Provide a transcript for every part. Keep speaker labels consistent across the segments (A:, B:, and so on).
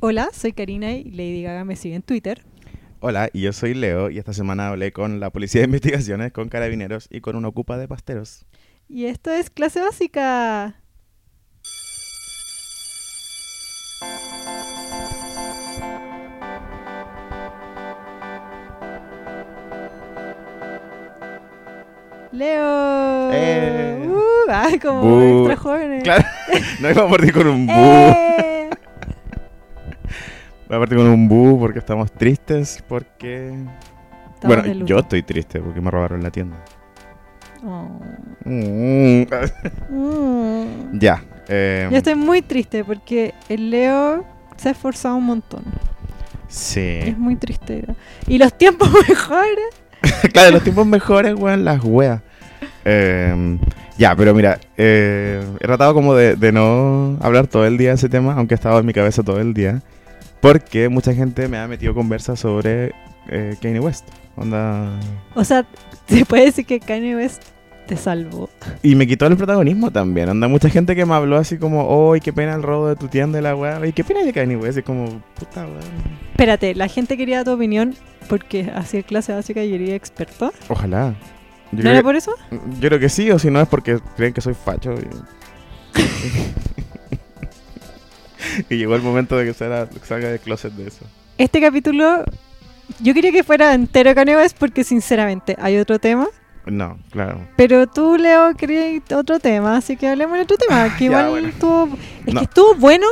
A: Hola, soy Karina y Lady Gaga me sigue en Twitter.
B: Hola, y yo soy Leo y esta semana hablé con la Policía de Investigaciones, con carabineros y con una ocupa de pasteros.
A: Y esto es clase básica. Leo.
B: Eh.
A: Uh, ay, como
B: Bu.
A: extra jóvenes.
B: Claro, no iba a partir con un bu.
A: Eh.
B: Voy a partir con un bu porque estamos tristes, porque...
A: Estamos de
B: Bueno,
A: luto.
B: yo estoy triste porque me robaron la tienda.
A: Oh.
B: Mm.
A: Mm.
B: ya. eh,
A: Yo estoy muy triste porque el Leo se ha esforzado un montón.
B: em, Sí.
A: Es muy tristera. Y los tiempos mejores.
B: claro, los tiempos mejores, weón, las weas. Eh, ya, pero mira, eh, he tratado como de, de no hablar todo el día de ese tema, aunque ha estado en mi cabeza todo el día, porque mucha gente me ha metido conversa sobre eh, Kanye West. Onda...
A: O sea, se puede decir que Kanye West te salvó.
B: Y me quitó el protagonismo también. Onda, mucha gente que me habló así como, ¡ay, qué pena el robo de tu tienda y la wea! ¿Y qué pena de Kanye West? Y es como, puta weón.
A: Espérate, la gente quería tu opinión porque hacía clase básica y era experto.
B: Ojalá. Yo,
A: ¿No
B: creo
A: era
B: que,
A: por eso?
B: yo creo que sí, o si no es porque creen que soy facho. Y, y llegó el momento de que salga, salga del closet de eso.
A: Este capítulo yo quería que fuera entero Kanye West porque sinceramente hay otro tema.
B: No, claro.
A: Pero tú, Leo, querías otro tema, así que hablemos de otro tema. Que
B: Ah, Ya,
A: igual
B: bueno.
A: estuvo... Es
B: No.
A: que estuvo bueno,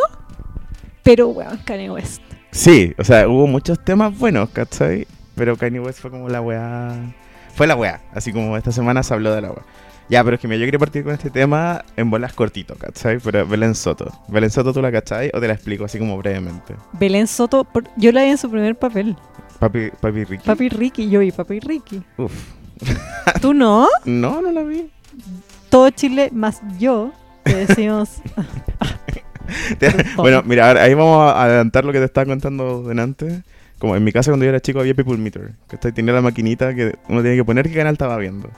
A: pero weón, Kanye West.
B: Sí, o sea, hubo muchos temas buenos, ¿cachai? Pero Kanye West fue como la weá. Fue la weá, así como esta semana se habló de la weá. Ya, pero es que mira, yo quería partir con este tema en bolas cortito, ¿cachai? Pero Belén Soto. Belén Soto, ¿tú la cachai? O te la explico así como brevemente.
A: Belén Soto, por- yo la vi en su primer papel.
B: Papi, papi Ricky.
A: Papi Ricky, yo vi Papi Ricky.
B: Uf.
A: ¿Tú no?
B: No, no la vi.
A: Todo Chile más yo te decimos.
B: Te-
A: Por favor.
B: bueno, mira, ahora- ahí vamos a adelantar lo que te estaba contando delante. Como en mi casa cuando yo era chico había People Meter, que tenía la maquinita que uno tenía que poner qué canal estaba viendo.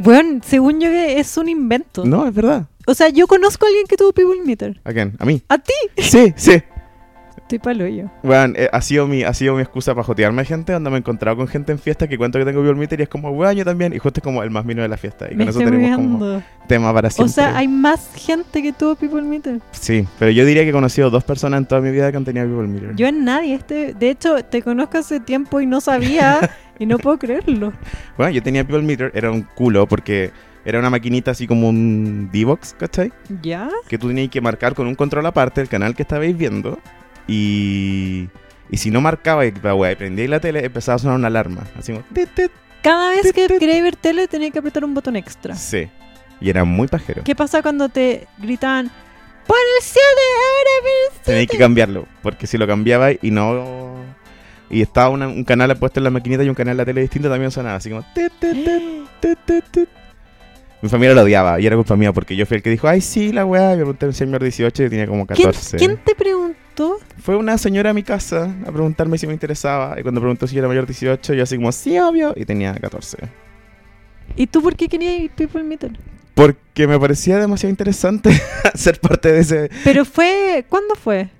A: Bueno, según yo que es un invento.
B: No, es verdad.
A: O sea, yo conozco a alguien que tuvo People Meter.
B: ¿A quién? ¿A mí?
A: ¿A ti?
B: Sí, sí.
A: Estoy palo yo.
B: Weón, eh, ha, sido mi, ha sido mi excusa para jotearme a gente, donde me he encontrado con gente en fiesta que cuento que tengo People Meter y es como, weón, yo también. Y justo es como el más mino de la fiesta. Y
A: Me
B: con eso
A: estoy
B: tenemos como
A: mirando.
B: tema para
A: O
B: siempre.
A: sea, hay más gente que tuvo People Meter.
B: Sí, pero yo diría que he conocido dos personas en toda mi vida que han tenido People Meter.
A: Yo en nadie. Este, de hecho, te conozco hace tiempo y no sabía y no puedo creerlo.
B: Bueno, yo tenía People Meter, era un culo porque era una maquinita así como un D-Box, ¿cachai?
A: ¿Ya?
B: que tú tenías que marcar con un control aparte el canal que estabais viendo y, y si no marcaba y, la weá, y prendíais la tele empezaba a sonar una alarma así como tit, tit.
A: Cada vez
B: Tit,
A: que
B: tit.
A: quería ver tele tenía que apretar un botón extra.
B: sí y era muy pajero
A: ¿Qué pasa cuando te gritaban ¡Pon el 7! ¡Ahora pon el
B: teníais que cambiarlo porque si lo cambiabais y no y estaba una- un canal puesto en la maquinita y un canal en la tele distinto también sonaba así como tit, tit, tit,
A: 7!
B: tit, tit, tit. mi familia lo odiaba y era culpa mía porque yo fui el que dijo ay sí la weá y me pregunté el señor 18 y tenía como
A: ¿Quién,
B: 14
A: quién te preguntó?
B: Fue una señora a mi casa a preguntarme si me interesaba. Y cuando preguntó si yo era mayor de 18, yo así como, sí, obvio. Y tenía 14.
A: ¿Y tú por qué querías ir People Meter?
B: Porque me parecía demasiado interesante ser parte de ese...
A: Pero fue. ¿Cuándo fue?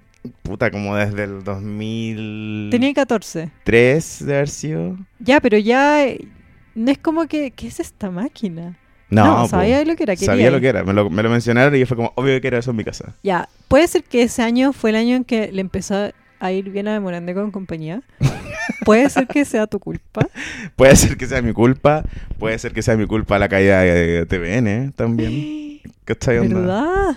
B: Puta, como desde el 2003
A: Tenía 14.
B: de haber sido.
A: Ya, pero ya. eh, No es como que. ¿Qué es esta máquina?
B: No, po.
A: sabía lo que era. Quería
B: Sabía lo
A: ir.
B: que era. Me lo, me lo mencionaron y yo fue como, obvio que era eso en mi casa.
A: Ya, puede ser que ese año fue el año en que le empezó a ir bien a Demorande con compañía. puede ser que sea tu culpa.
B: Puede ser que sea mi culpa. Puede ser que sea mi culpa la caída de TVN eh, también. ¿Cachai onda?
A: ¿Verdad?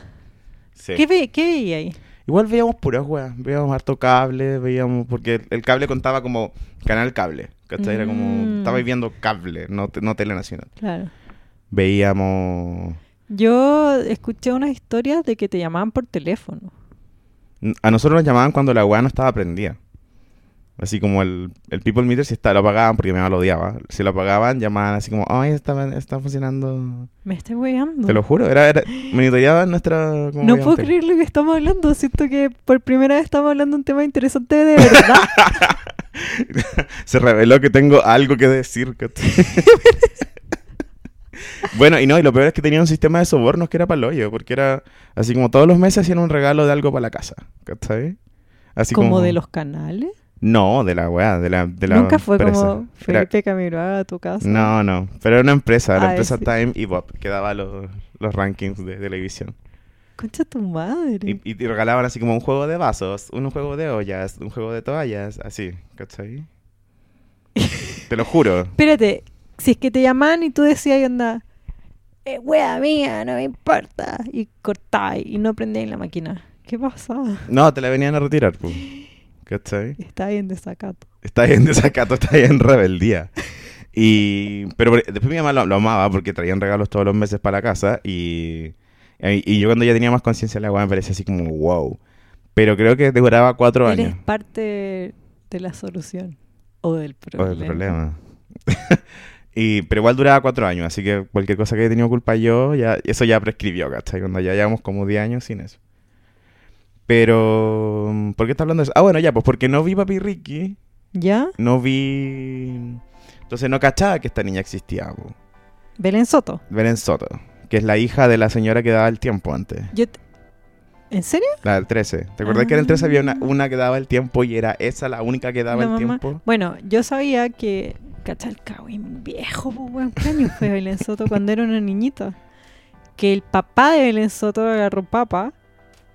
B: Sí.
A: ¿Qué, ve- ¿Qué veía ahí?
B: Igual veíamos puras weas, veíamos harto cable, veíamos, porque el- el cable contaba como canal cable, ¿cachai? Era
A: Mm.
B: como, estaba viendo cable, no, te- no tele nacional.
A: Claro.
B: Veíamos...
A: Yo escuché unas historias de que te llamaban por teléfono.
B: A nosotros nos llamaban cuando la wea no estaba prendida. Así como el, el People Meter, si está, lo apagaban, porque mi mamá lo odiaba, si lo apagaban, llamaban así como, ay, está, está funcionando.
A: Me estoy weando.
B: Te lo juro, era, era monitoreaban nuestra... como
A: no
B: veíamos
A: puedo
B: tele.
A: creer lo que estamos hablando. Siento que por primera vez estamos hablando de un tema interesante de verdad.
B: Se reveló que tengo algo que decir. ¿cachai? bueno, y no, y lo peor es que tenía un sistema de sobornos que era para el hoyo, porque era así como todos los meses hacían un regalo de algo para la casa, ¿cachai? Así
A: ¿Como
B: como,
A: de los canales?
B: No, de la weá, de la, de la
A: Nunca fue
B: empresa.
A: como
B: Era-
A: Felipe Camiroaga a tu casa.
B: No, no. Pero era una empresa, la
A: Ah,
B: empresa
A: sí.
B: Time y Bob, que daba los, los rankings de televisión.
A: Concha tu madre.
B: Y, y te regalaban así como un juego de vasos, un juego de ollas, un juego de toallas, así, ¿cachai? te lo juro.
A: Espérate, si es que te llaman y tú decías, anda, es wea mía, no me importa. Y cortáis y no prendéis la máquina. ¿Qué pasa?
B: No, te la venían a retirar, pu. ¿cachai?
A: Está bien desacato.
B: Está ahí en desacato, está ahí en rebeldía. Y, pero por- después mi mamá lo, lo amaba porque traían regalos todos los meses para la casa y, y, y yo cuando ya tenía más conciencia de la weá me parecía así como wow. Pero creo que duraba cuatro
A: Eres
B: años.
A: parte de la solución. O del
B: O
A: problema.
B: el problema. y, pero igual duraba cuatro años, así que cualquier cosa que haya tenido culpa yo, ya, eso ya prescribió, ¿cachai? Cuando ya llevamos como 10 años sin eso. Pero, mm, ¿por qué está hablando de eso? Ah, bueno, ya, pues porque no vi Papi Ricky,
A: ¿Ya?
B: no vi... Entonces no cachaba que esta niña existía, po.
A: Belén Soto.
B: Belén Soto, que es la hija de la señora que daba el tiempo antes,
A: Yo te- ¿En serio?
B: la del 13. ¿Te acordás que en el 13 había una, una que daba el tiempo y era esa la única que daba
A: La
B: el
A: mamá-
B: tiempo?
A: Bueno, yo sabía que Cachalcahuín viejo, po, weón, ¿qué año fue Belén Soto cuando era una niñita? Que el papá de Belén Soto agarró papa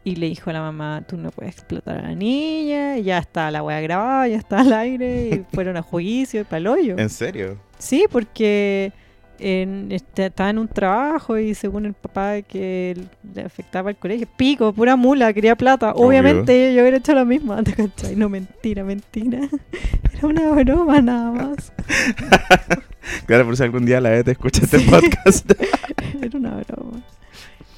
A: y le dijo a la mamá, tú no puedes explotar a la niña, ya está la wea grabada, ya está al aire, y fueron a juicio y palollo.
B: ¿En serio?
A: Sí, porque en- este- estaba en un trabajo y según el papá que l- le afectaba el colegio, pico, pura mula, quería plata.
B: Obvio.
A: Obviamente yo hubiera hecho lo mismo, ¿te cachai? No, mentira, mentira. Era una broma nada más.
B: Claro, por si algún día la te escucha este
A: Sí.
B: podcast.
A: Era una broma.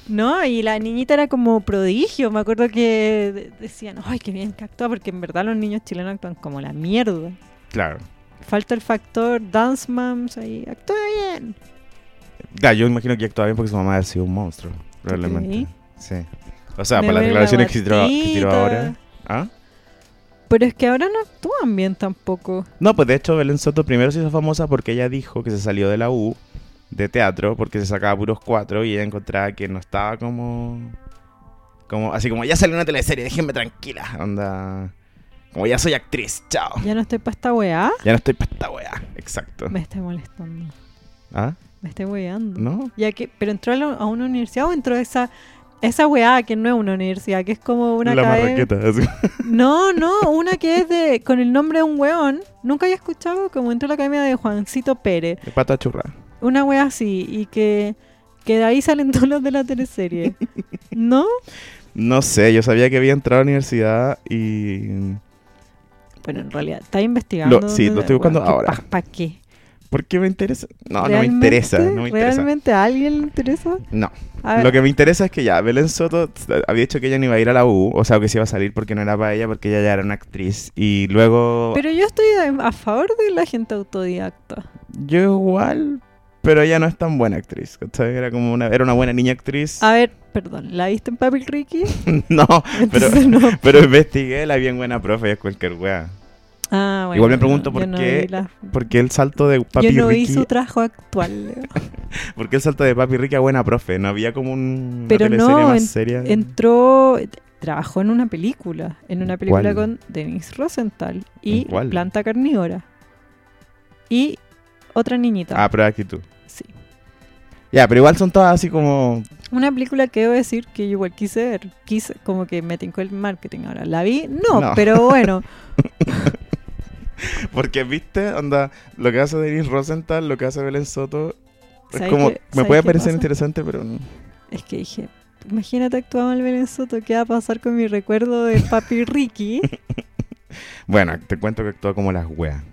A: No, y la niñita era como prodigio. Me acuerdo que de- decían, ay, qué bien que actúa, porque en verdad los niños chilenos actúan como la mierda.
B: Claro.
A: Falta el factor dance moms ahí, actúa bien.
B: Claro, yo imagino que actuaba bien porque su mamá ha sido un monstruo, probablemente. Sí. O sea,
A: Me
B: para las
A: duele la
B: declaraciones que tiró, que tiró
A: guatita.
B: ahora. ¿Ah?
A: Pero es que ahora no actúan bien tampoco.
B: No, pues de hecho Belén Soto primero se hizo famosa porque ella dijo que se salió de la U de teatro porque se sacaba puros cuatro y ella encontraba que no estaba como... como así como, ya salió una teleserie, déjenme tranquila. Onda... Como ya soy actriz, chao.
A: Ya no estoy para esta weá.
B: Ya no estoy para esta weá. Exacto.
A: Me estoy molestando.
B: ¿Ah?
A: Me estoy weando.
B: ¿No?
A: Ya que, pero entró a, la- a una universidad o entró a esa, esa weá que no es una universidad, que es como una
B: la
A: academia-
B: marraqueta. así.
A: No, no, una que es de con el nombre de un weón. Nunca había escuchado como entró a la academia de Juancito Pérez.
B: De pata churra.
A: Una weá así. Y que, que de ahí salen todos los de la teleserie. ¿No?
B: No sé, yo sabía que había entrado a la universidad y...
A: Bueno, en realidad, está investigando.
B: Lo- sí,
A: dónde-
B: lo estoy buscando
A: weón, que
B: ahora.
A: pa- pa' qué?
B: ¿Por qué me interesa? No, no me
A: ¿Realmente?
B: interesa, no me interesa.
A: ¿Realmente a alguien le interesa?
B: No.
A: A ver,
B: Lo que me interesa es que ya, Belén Soto t- había dicho que ella no iba a ir a la U, o sea, que se iba a salir porque no era para ella, porque ella ya era una actriz. Y luego...
A: Pero yo estoy a, a favor de la gente autodidacta.
B: Yo igual, pero ella no es tan buena actriz, ¿cachai? Era como una... Era una buena niña actriz.
A: A ver, perdón, ¿la viste en Papi Ricky?
B: no, pero,
A: Entonces no.
B: pero investigué, la bien buena profe, es cualquier wea.
A: Ah, bueno,
B: Igual me
A: no,
B: pregunto por
A: yo no
B: qué-
A: vi la-
B: Porque el salto de Papi
A: yo no vi
B: Ricky... Eh.
A: su trabajo actual. Leo.
B: Porque el salto de Papi Ricky a buena profe, no había como un...
A: Pero
B: una teleserie
A: no,
B: más
A: en-
B: seria.
A: Entró, trabajó en una película, en una película
B: ¿Cuál?
A: con Denise Rosenthal y
B: ¿En cuál?
A: Planta Carnívora. Y otra niñita.
B: Ah, pero actitud.
A: Sí.
B: Ya, pero igual son todas así como...
A: Una película que debo decir que yo igual quise ver. Quise, como que me tincó el marketing ahora. ¿La vi? No,
B: No.
A: pero bueno.
B: Porque, viste, onda, lo que hace Denise Rosenthal, lo que hace Belén Soto, es
A: ¿sabes
B: como,
A: qué-
B: me
A: sabes
B: puede
A: qué
B: parecer
A: pasa?
B: interesante, pero no.
A: Es que dije, imagínate actuar el Belén Soto, ¿qué va a pasar con mi recuerdo de papi Ricky?
B: Bueno, te cuento que actúa como las weas.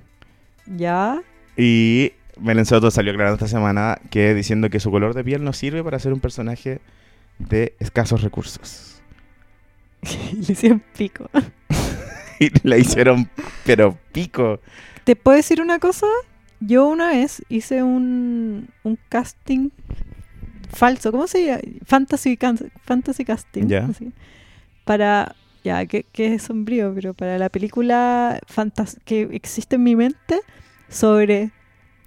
A: ya,
B: Y Belén Soto salió aclarando esta semana que diciendo que su color de piel no sirve para ser un personaje de escasos recursos.
A: le hicieron pico.
B: Y la hicieron, pero pico.
A: ¿Te puedo decir una cosa? Yo una vez hice un, un casting falso, ¿cómo se llama? Fantasy, can- fantasy casting.
B: Ya.
A: así, para, ya, que, que es sombrío, pero para la película fantas- que existe en mi mente sobre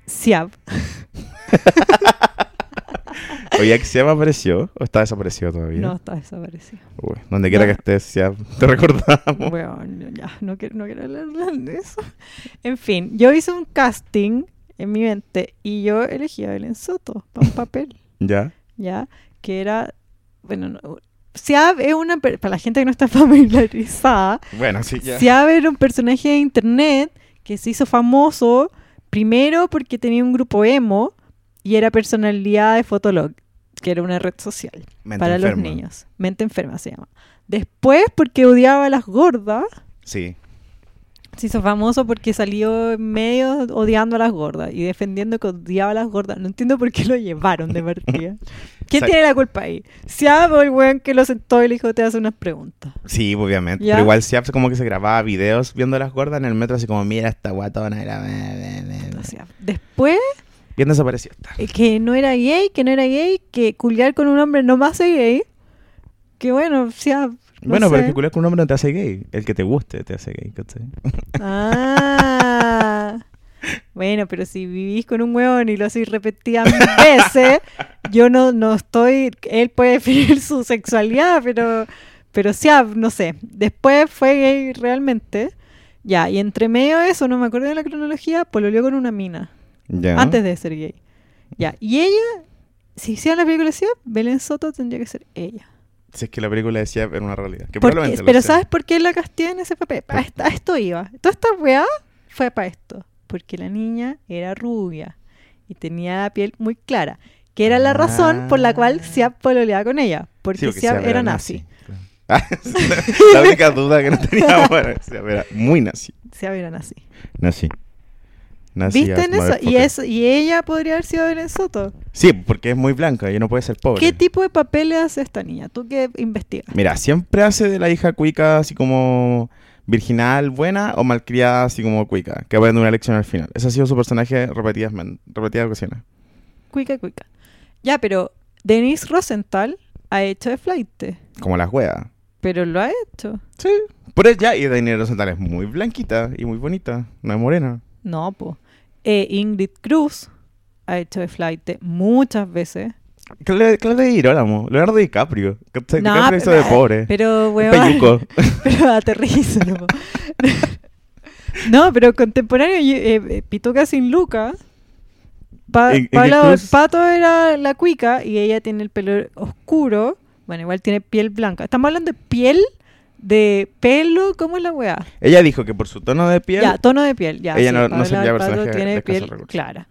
A: Siab.
B: Oye, ¿Axiam apareció o está desaparecido todavía?
A: No, está desaparecido.
B: Uy, donde quiera
A: No.
B: que estés, Siam, te recordamos.
A: Bueno, ya, no quiero, no quiero hablar de eso. En fin, yo hice un casting en mi mente y yo elegí a Belén Soto para un papel,
B: ¿Ya?
A: ¿ya? Que era, bueno, no, Siab es una, per- para la gente que no está familiarizada,
B: Bueno, sí, ya.
A: Siab era un personaje de internet que se hizo famoso primero porque tenía un grupo emo y era personalidad de Fotolog, que era una red social
B: Mente
A: para
B: enferma.
A: los niños. Mente enferma se llama. Después porque odiaba a las gordas
B: Sí.
A: se hizo famoso porque salió en medio odiando a las gordas y defendiendo que odiaba a las gordas. No entiendo por qué lo llevaron de partida. ¿Quién
B: Sa-
A: tiene la culpa ahí? Si hago el weón que lo sentó y le dijo, te hace unas preguntas.
B: Sí, obviamente.
A: ¿Ya?
B: Pero igual Siam como que se grababa videos viendo a las gordas en el metro, así como, mira esta guatona. Era... Eh.
A: O sea, después,
B: Bien desapareció esta.
A: eh, que no era gay, que no era gay, que culiar con un hombre no más hace gay. Que bueno, o sea, no
B: bueno,
A: sé.
B: pero que culiar con un hombre no te hace gay. El que te guste te hace gay, ¿cachai?
A: Ah. Bueno, pero si vivís con un hueón y lo hacís repetidas mil veces, yo no, no estoy. Él puede definir su sexualidad, pero. Pero sí, ah, no sé. Después fue gay realmente. Ya, y entre medio de eso, no me acuerdo de la cronología, pololeó con una mina.
B: Ya.
A: Antes de ser gay. Ya, y ella, si hicieran la película así, Belén Soto tendría que ser ella.
B: Si es que la película de Siam era una realidad. Que
A: Porque-
B: probablemente lo
A: pero
B: sea.
A: ¿sabes por qué la casté en ese papel? Pa esta- a esto iba. Toda esta weá fue para esto. Porque la niña era rubia y tenía la piel muy clara. Que era la razón por la cual
B: Ah.
A: Siap pololeaba con ella. Porque, Siap
B: Siam
A: era, nazi.
B: Ah, la única duda que no teníamos era Siam era muy nazi.
A: Siap era nazi.
B: Nazi. Nazi
A: ¿Viste
B: as
A: en eso? Y,
B: motherfucker.
A: eso? y ella podría haber sido Belén Soto.
B: Sí, porque es muy blanca y no puede ser pobre.
A: ¿Qué tipo de papel le hace esta niña? ¿Tú qué investigas?
B: Mira, siempre hace de la hija cuica así como virginal, buena o malcriada, así como cuica, que aprende una lección al final. Ese ha sido su personaje repetidas, men- repetidas ocasiones.
A: Cuica, cuica. Ya, pero Denise Rosenthal ha hecho de flight.
B: Como las weas.
A: Pero lo ha hecho.
B: Sí. Pero ya, y Daniela Rosenthal es muy blanquita y muy bonita, no es morena.
A: No, po. Eh, Ingrid Cruz ha hecho de flight muchas veces.
B: Cla- Claudia de Girolamo, Leonardo DiCaprio. que se-
A: No,
B: DiCaprio hizo de pobre.
A: Pero,
B: Un
A: weón.
B: Peyuco.
A: Pero aterriza, no, po. No, pero contemporáneo, eh, eh, Pituca sin Luca. Pa-
B: In- Ingrid
A: Paula-
B: Cruz.
A: Pato era la cuica y ella tiene el pelo oscuro. Bueno, igual tiene piel blanca. Estamos hablando de piel, de pelo, ¿cómo es la weá?
B: Ella dijo que por su tono de piel.
A: Ya, tono de piel, ya.
B: Ella no- no se
A: Paola
B: llama
A: Pardo
B: personaje de
A: tiene
B: escasos
A: piel
B: recursos.
A: clara.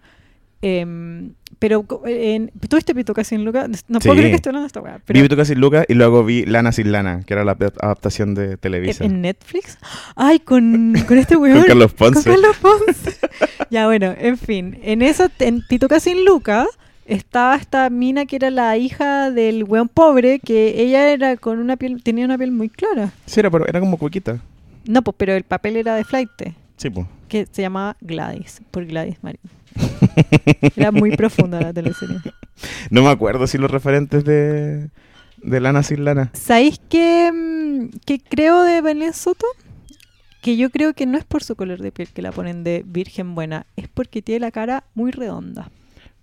A: Em, pero, co- en, ¿tú viste Pituca sin Luca? No
B: Sí.
A: puedo creer que estoy hablando de esta weá. pero-
B: Vi Vituca sin Lucas y luego vi Lana sin Lana, que era la adap- adaptación de Televisa.
A: ¿En, en Netflix? Ay, con, con este weón.
B: Con Carlos Ponce.
A: Con Carlos Ponce. ya, bueno, en fin. En esa, en Tituca sin Luca, estaba esta mina que era la hija del weón pobre, que ella era con una piel, tenía una piel muy clara.
B: Sí, era, pero era como cuiquita.
A: No, pues, pero el papel era de flight,
B: Sí, pues.
A: que se llamaba Gladys, por Gladys Marín. Era muy profunda la teleserie.
B: No me acuerdo si los referentes de, de Lana sin Lana.
A: ¿Sabéis qué, mm, qué creo de Belén Soto? Que yo creo que no es por su color de piel que la ponen de virgen buena, es porque tiene la cara muy redonda.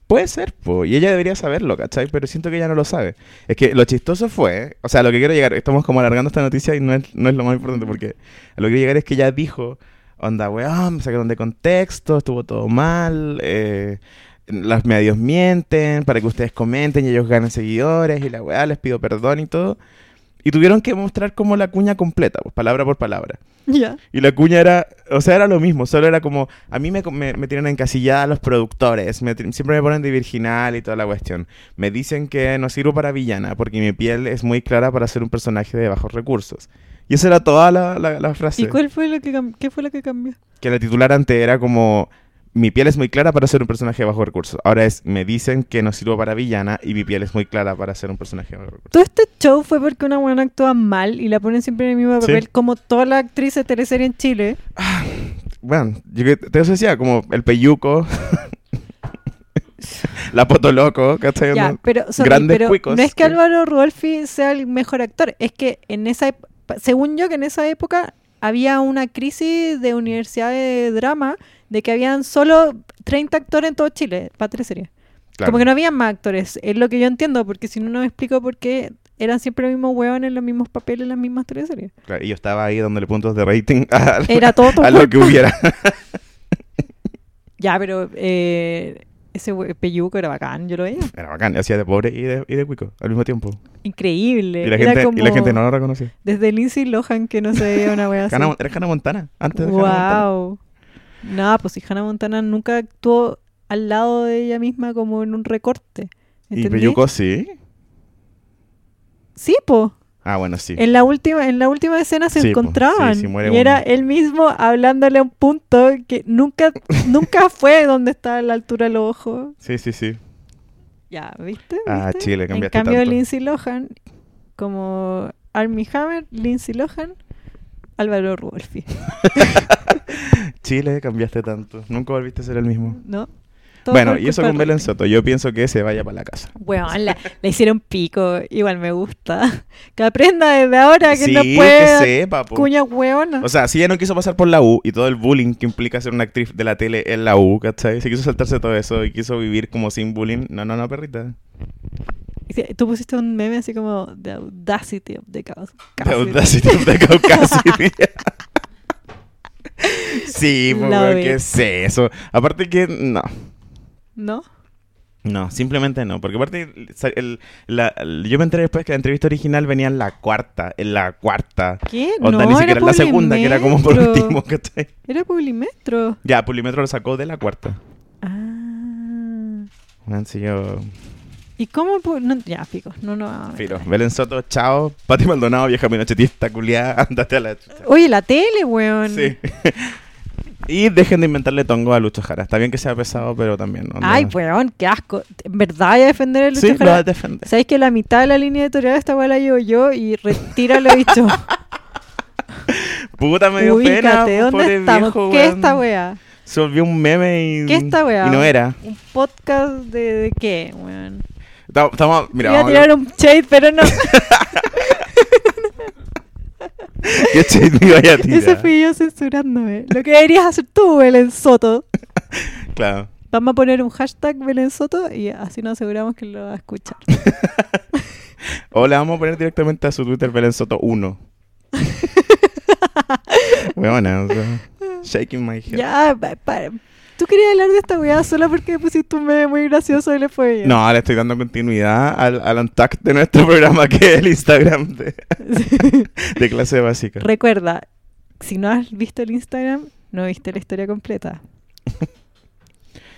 B: Puede ser, po. Y ella debería saberlo, ¿cachai? Pero siento que ella no lo sabe. Es que lo chistoso fue, o sea, lo que quiero llegar, estamos como alargando esta noticia y no es, no es lo más importante porque a lo que quiero llegar es que ella dijo, onda, weón, me sacaron de contexto, estuvo todo mal, eh, los medios mienten para que ustedes comenten y ellos ganen seguidores y la weá, les pido perdón y todo. Y tuvieron que mostrar como la cuña completa, pues, palabra por palabra.
A: Ya.
B: Y la cuña era, o sea, era lo mismo, solo era como, a mí me, me, me tienen encasillada los productores, me tri- siempre me ponen de virginal y toda la cuestión. Me dicen que no sirvo para villana porque mi piel es muy clara para ser un personaje de bajos recursos. Y esa era toda la, la- la
A: ¿Y
B: frase.
A: cuál fue lo que cam- qué fue lo que cambió?
B: Que la titular antes era como, mi piel es muy clara para ser un personaje de bajos recursos. Ahora es, me dicen que no sirvo para villana y mi piel es muy clara para ser un personaje de bajos recursos.
A: Todo este show fue porque una buena actúa mal y la ponen siempre en el mismo
B: Sí.
A: papel como toda la actriz de teleserie en Chile.
B: Bueno, yo que- te eso decía, como el peyuco, la potoloco, ¿cachai?
A: Ya,
B: No-
A: pero, sorry,
B: grandes
A: pero
B: cuicos
A: no es que
B: que-
A: Álvaro Rudolfi sea el mejor actor, es que en esa ep- según yo que en esa época había una crisis de universidad de drama de que habían solo 30 actores en todo Chile para tres series.
B: Claro.
A: Como que no había más actores, es lo que yo entiendo, porque si no, no me explico por qué eran siempre los mismos hueones, los mismos papeles, las mismas teleseries.
B: Claro, y yo estaba ahí dándole puntos de rating a,
A: Era todo tu
B: a lo que hubiera.
A: Ya, pero eh, ese hue- peyuco era bacán, yo lo veía.
B: Era bacán, hacía de pobre y de, y de cuico al mismo tiempo.
A: Increíble.
B: Y la,
A: era
B: gente, y la
A: como
B: gente no lo reconocía.
A: Desde Lindsay Lohan que no se veía una wea así.
B: Hannah Mon- era Hannah Montana, antes de Hannah Montana.
A: wow. No, pues si Hannah Montana nunca actuó al lado de ella misma como en un recorte.
B: Y
A: ¿entendí?
B: Peyuco sí.
A: Sí, po.
B: Ah, bueno, sí.
A: En la última, en la última escena se
B: Sí, po.
A: encontraban.
B: Sí, sí, muere
A: y era
B: uno.
A: él mismo hablándole a un punto que nunca, nunca fue donde estaba la altura de los ojos.
B: Sí, sí, sí.
A: Ya, ¿viste?
B: Ah,
A: ¿Viste?
B: Chile,
A: En
B: cambiaste
A: cambio,
B: tanto.
A: Lindsay Lohan, como Armie Hammer, Lindsay Lohan, Álvaro Rudolfi,
B: Chile, cambiaste tanto. Nunca volviste a ser el mismo.
A: ¿no? Todo
B: Bueno,
A: por
B: y eso
A: culpa
B: con
A: de
B: Belén
A: Rudolphy.
B: Soto. Yo pienso que se vaya para la casa.
A: Weón, la, la hicieron pico, igual me gusta. Que aprenda desde ahora que
B: sí,
A: no
B: que
A: puede.
B: sepa, po.
A: Cuña hueona.
B: O sea, si ella no quiso pasar por la U y todo el bullying que implica ser una actriz de la tele en la U, ¿cachai? Se quiso saltarse todo eso y quiso vivir como sin bullying. No, no, no, perrita.
A: Tú pusiste un meme así como The Audacity of the Chaos.
B: De Audacity of the Caucasity. sí, po,
A: Love
B: weón,
A: it.
B: ¿qué es eso? Aparte que, no.
A: ¿No?
B: No, simplemente no, porque aparte sa- el- la- el- yo me enteré después que la entrevista original venía en la cuarta, en la cuarta.
A: ¿Qué?
B: Onda,
A: no,
B: ni siquiera en la segunda, que era como por
A: Publimetro.
B: último, ¿cachai?
A: Era Publimetro.
B: Ya, Pulimetro lo sacó de la cuarta.
A: Ah.
B: Weón, sí, yo...
A: ¿Y cómo? pu- No, ya, pico. No, no. vamos a meter
B: Filo,
A: ahí.
B: Belén Soto, chao. Pati Maldonado, vieja minochetista, culiada, andate a la chucha.
A: Oye, la tele, weón.
B: Sí. y dejen de inventarle tongo a Lucho Jara. Está bien que sea pesado, pero también. onda.
A: Ay, weón, qué asco. ¿En verdad voy a defender el
B: Sí,
A: Lucho
B: lo
A: Jara?
B: defiende.
A: ¿Sabes que la mitad de la línea editorial de esta weá la llevo yo y retira lo dicho?
B: Puta, me dio pena.
A: Ubícate, ¿dónde
B: pobre
A: estamos?
B: viejo,
A: ¿Qué
B: weón.
A: esta weá?
B: Se volvió un meme y.
A: ¿Qué esta weá?
B: Y no era.
A: ¿Un podcast de, de qué, weón?
B: Ta- Estamos. Mira,
A: Iba a
B: vamos a
A: tirar un shade, pero no.
B: ¿Qué shade me vaya a tirar?
A: Ese fui yo censurándome. Lo que deberías hacer tú, Belén Soto.
B: Claro.
A: Vamos a poner un hashtag Belén Soto y así nos aseguramos que lo va a escuchar.
B: O le vamos a poner directamente a su Twitter Belén Soto 1. Weona, o sea, shaking my head.
A: ya, pa- pa- Tú querías hablar de esta weá solo porque pusiste un meme muy gracioso y le fue bien.
B: No, le estoy dando continuidad al, al untact de nuestro programa, que es el Instagram de, de clase básica.
A: Recuerda, si no has visto el Instagram, no viste la historia completa.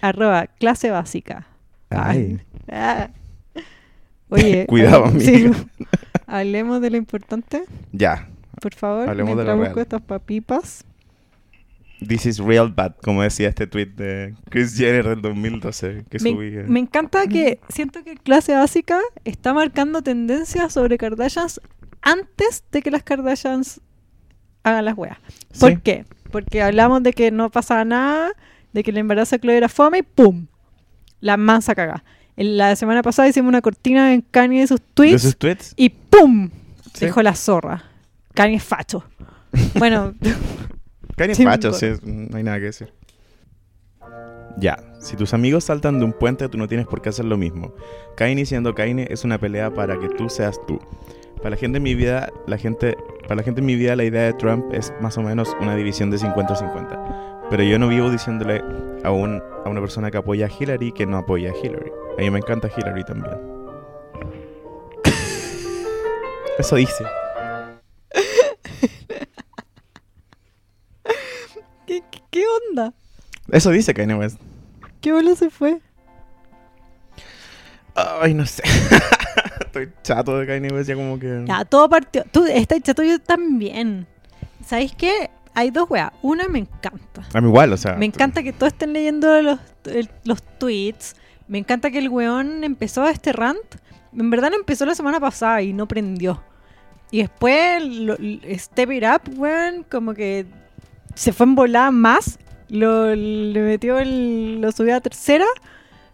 A: Arroba clase básica.
B: Ay.
A: Ah. Oye.
B: Cuidado,
A: hable- sí,
B: amiga.
A: hablemos de lo importante,
B: Ya.
A: por favor.
B: Hablemos de
A: mientras
B: lo
A: busco
B: real.
A: estas papipas.
B: This is real bad, como decía este tweet de Chris Jenner del 2012 que
A: Me,
B: subí. eh.
A: me encanta que siento que clase básica está marcando tendencias sobre Kardashians antes de que las Kardashians hagan las weas.
B: Sí.
A: ¿Por qué? Porque hablamos de que no pasaba nada, de que el embarazo de Chloe era fome y ¡pum! La mansa cagá. En La semana pasada hicimos una cortina en Kanye de sus tweets
B: ¿De sus tweets?
A: y ¡pum!
B: Sí.
A: Dijo la zorra. Kanye es facho. Bueno,
B: Kanye
A: Chimbo.
B: Facho, sí, no hay nada que decir. Ya, si tus amigos saltan de un puente, tú no tienes por qué hacer lo mismo. Kanye siendo Kanye es una pelea para que tú seas tú. Para la gente en mi vida, la gente, para la gente en mi vida, la idea de Trump es más o menos una división de 50-50. Pero yo no vivo diciéndole a, un, a una persona que apoya a Hillary que no apoya a Hillary. A mí me encanta Hillary también. Eso dice.
A: ¿qué, qué- qué onda?
B: Eso dice Kanye West.
A: ¿Qué bola se fue?
B: Ay, no sé. Estoy chato de Kanye West, ya como que.
A: Ya, todo partió. Tú, esta chato yo también. ¿Sabéis qué? Hay dos weas. Una me encanta.
B: A mí igual, o sea.
A: Me encanta que todos estén leyendo los, el- los tweets. Me encanta que el weón empezó este rant. En verdad no empezó la semana pasada y no prendió. Y después lo- l- Step It Up, weón, como que se fue en volada más. Lo, le metió el- lo subió a tercera.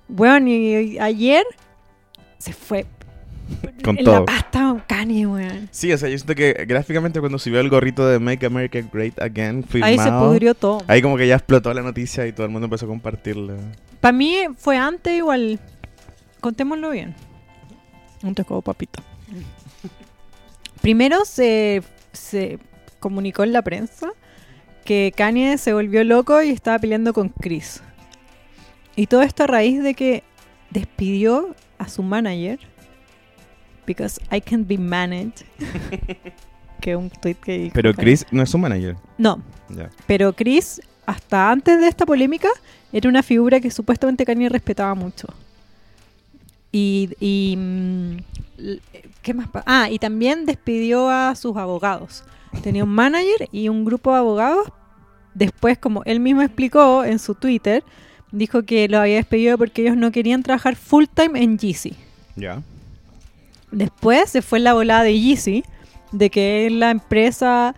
A: Weón, y, y ayer se fue.
B: Con
A: en
B: todo.
A: la pasta Kanye, weón.
B: Sí, o sea, yo siento que gráficamente cuando subió el gorrito de Make America Great Again, firmado,
A: Ahí se pudrió todo.
B: Ahí como que ya explotó la noticia y todo el mundo empezó a compartirla.
A: Para mí fue antes igual. contémoslo bien. Un como papito. Primero se, se comunicó en la prensa que Kanye se volvió loco y estaba peleando con Chris. Y todo esto a raíz de que despidió a su manager. Because I can't be managed. que un tweet que dijo
B: Pero
A: Kanye.
B: Chris no es su manager.
A: No,
B: Ya.
A: pero Chris, hasta antes de esta polémica, era una figura que supuestamente Kanye respetaba mucho. Y, y, mm, l- ¿qué más? pa- Ah, y también despidió a sus abogados. Tenía un manager y un grupo de abogados. Después, como él mismo explicó en su Twitter, dijo que lo había despedido porque ellos no querían trabajar full time en Yeezy.
B: Ya.
A: Después se fue la volada de Yeezy, de que es la empresa,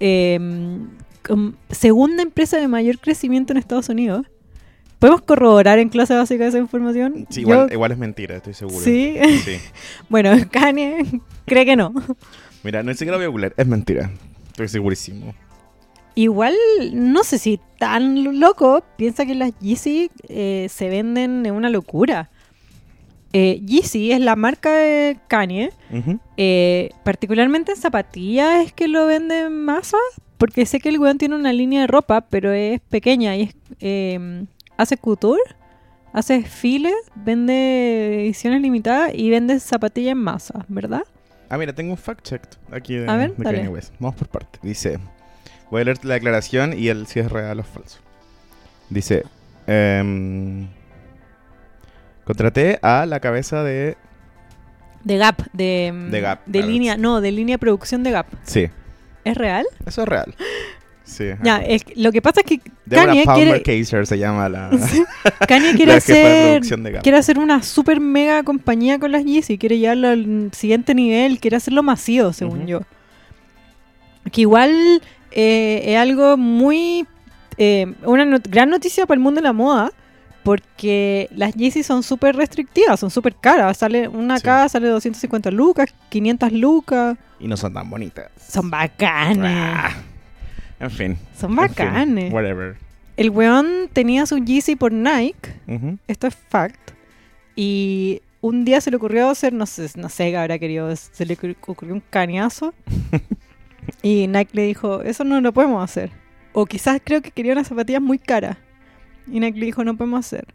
A: eh, com- segunda empresa de mayor crecimiento en Estados Unidos. ¿Podemos corroborar en clase básica esa información?
B: Sí,
A: Yo-
B: igual, eh. igual es mentira, estoy seguro.
A: Sí.
B: Sí.
A: Bueno, Kanye cree que no.
B: Mira, no siquiera lo voy a googlear, es mentira. Estoy segurísimo.
A: Igual, no sé si tan loco, piensa que las Yeezy eh, se venden en una locura. Eh, Yeezy es la marca de Kanye,
B: Ujú.
A: Eh, particularmente en zapatillas es que lo venden en masa, porque sé que el weón tiene una línea de ropa, pero es pequeña y es, eh, hace couture, hace desfiles, vende ediciones limitadas y vende zapatillas en masa, ¿verdad?
B: Ah, mira, tengo un fact check aquí de,
A: A ver,
B: de
A: dale.
B: Kanye West. Vamos por parte. Dice, voy a leer la declaración y el si es real o falso. Dice, em, contraté a la cabeza de...
A: De Gap, de, mm,
B: De Gap,
A: de
B: claro.
A: línea, no, de línea de producción de Gap.
B: Sí,
A: ¿Es real?
B: eso es real. Sí.
A: Ya,
B: acá.
A: es- lo que pasa es que
B: Deborah
A: Kanye
B: Palmer
A: quiere,
B: Kaiser se llama la...
A: Kanye quiere
B: la jefa de
A: hacer
B: producción de Gap.
A: quiere hacer una super mega compañía con las Yeezy, quiere llevarlo al siguiente nivel, quiere hacerlo masivo, según
B: Ujú.
A: yo. Que igual eh, es algo muy eh, una not- gran noticia para el mundo de la moda. Porque las Yeezy son súper restrictivas, son súper caras. Sale una
B: Sí.
A: acá, sale 250 lucas, 500 lucas.
B: y no son tan bonitas.
A: Son bacanes.
B: Ah. En fin.
A: son
B: en fin,
A: bacanes.
B: whatever.
A: El weón tenía su Yeezy por Nike.
B: Ujú.
A: esto es fact. Y un día se le ocurrió hacer, no sé, no sé qué habrá querido, se le ocur- ocurrió un cañazo. y Nike le dijo, eso no lo podemos hacer. O quizás creo que quería unas zapatillas muy caras. Y Nike le dijo, no podemos hacer.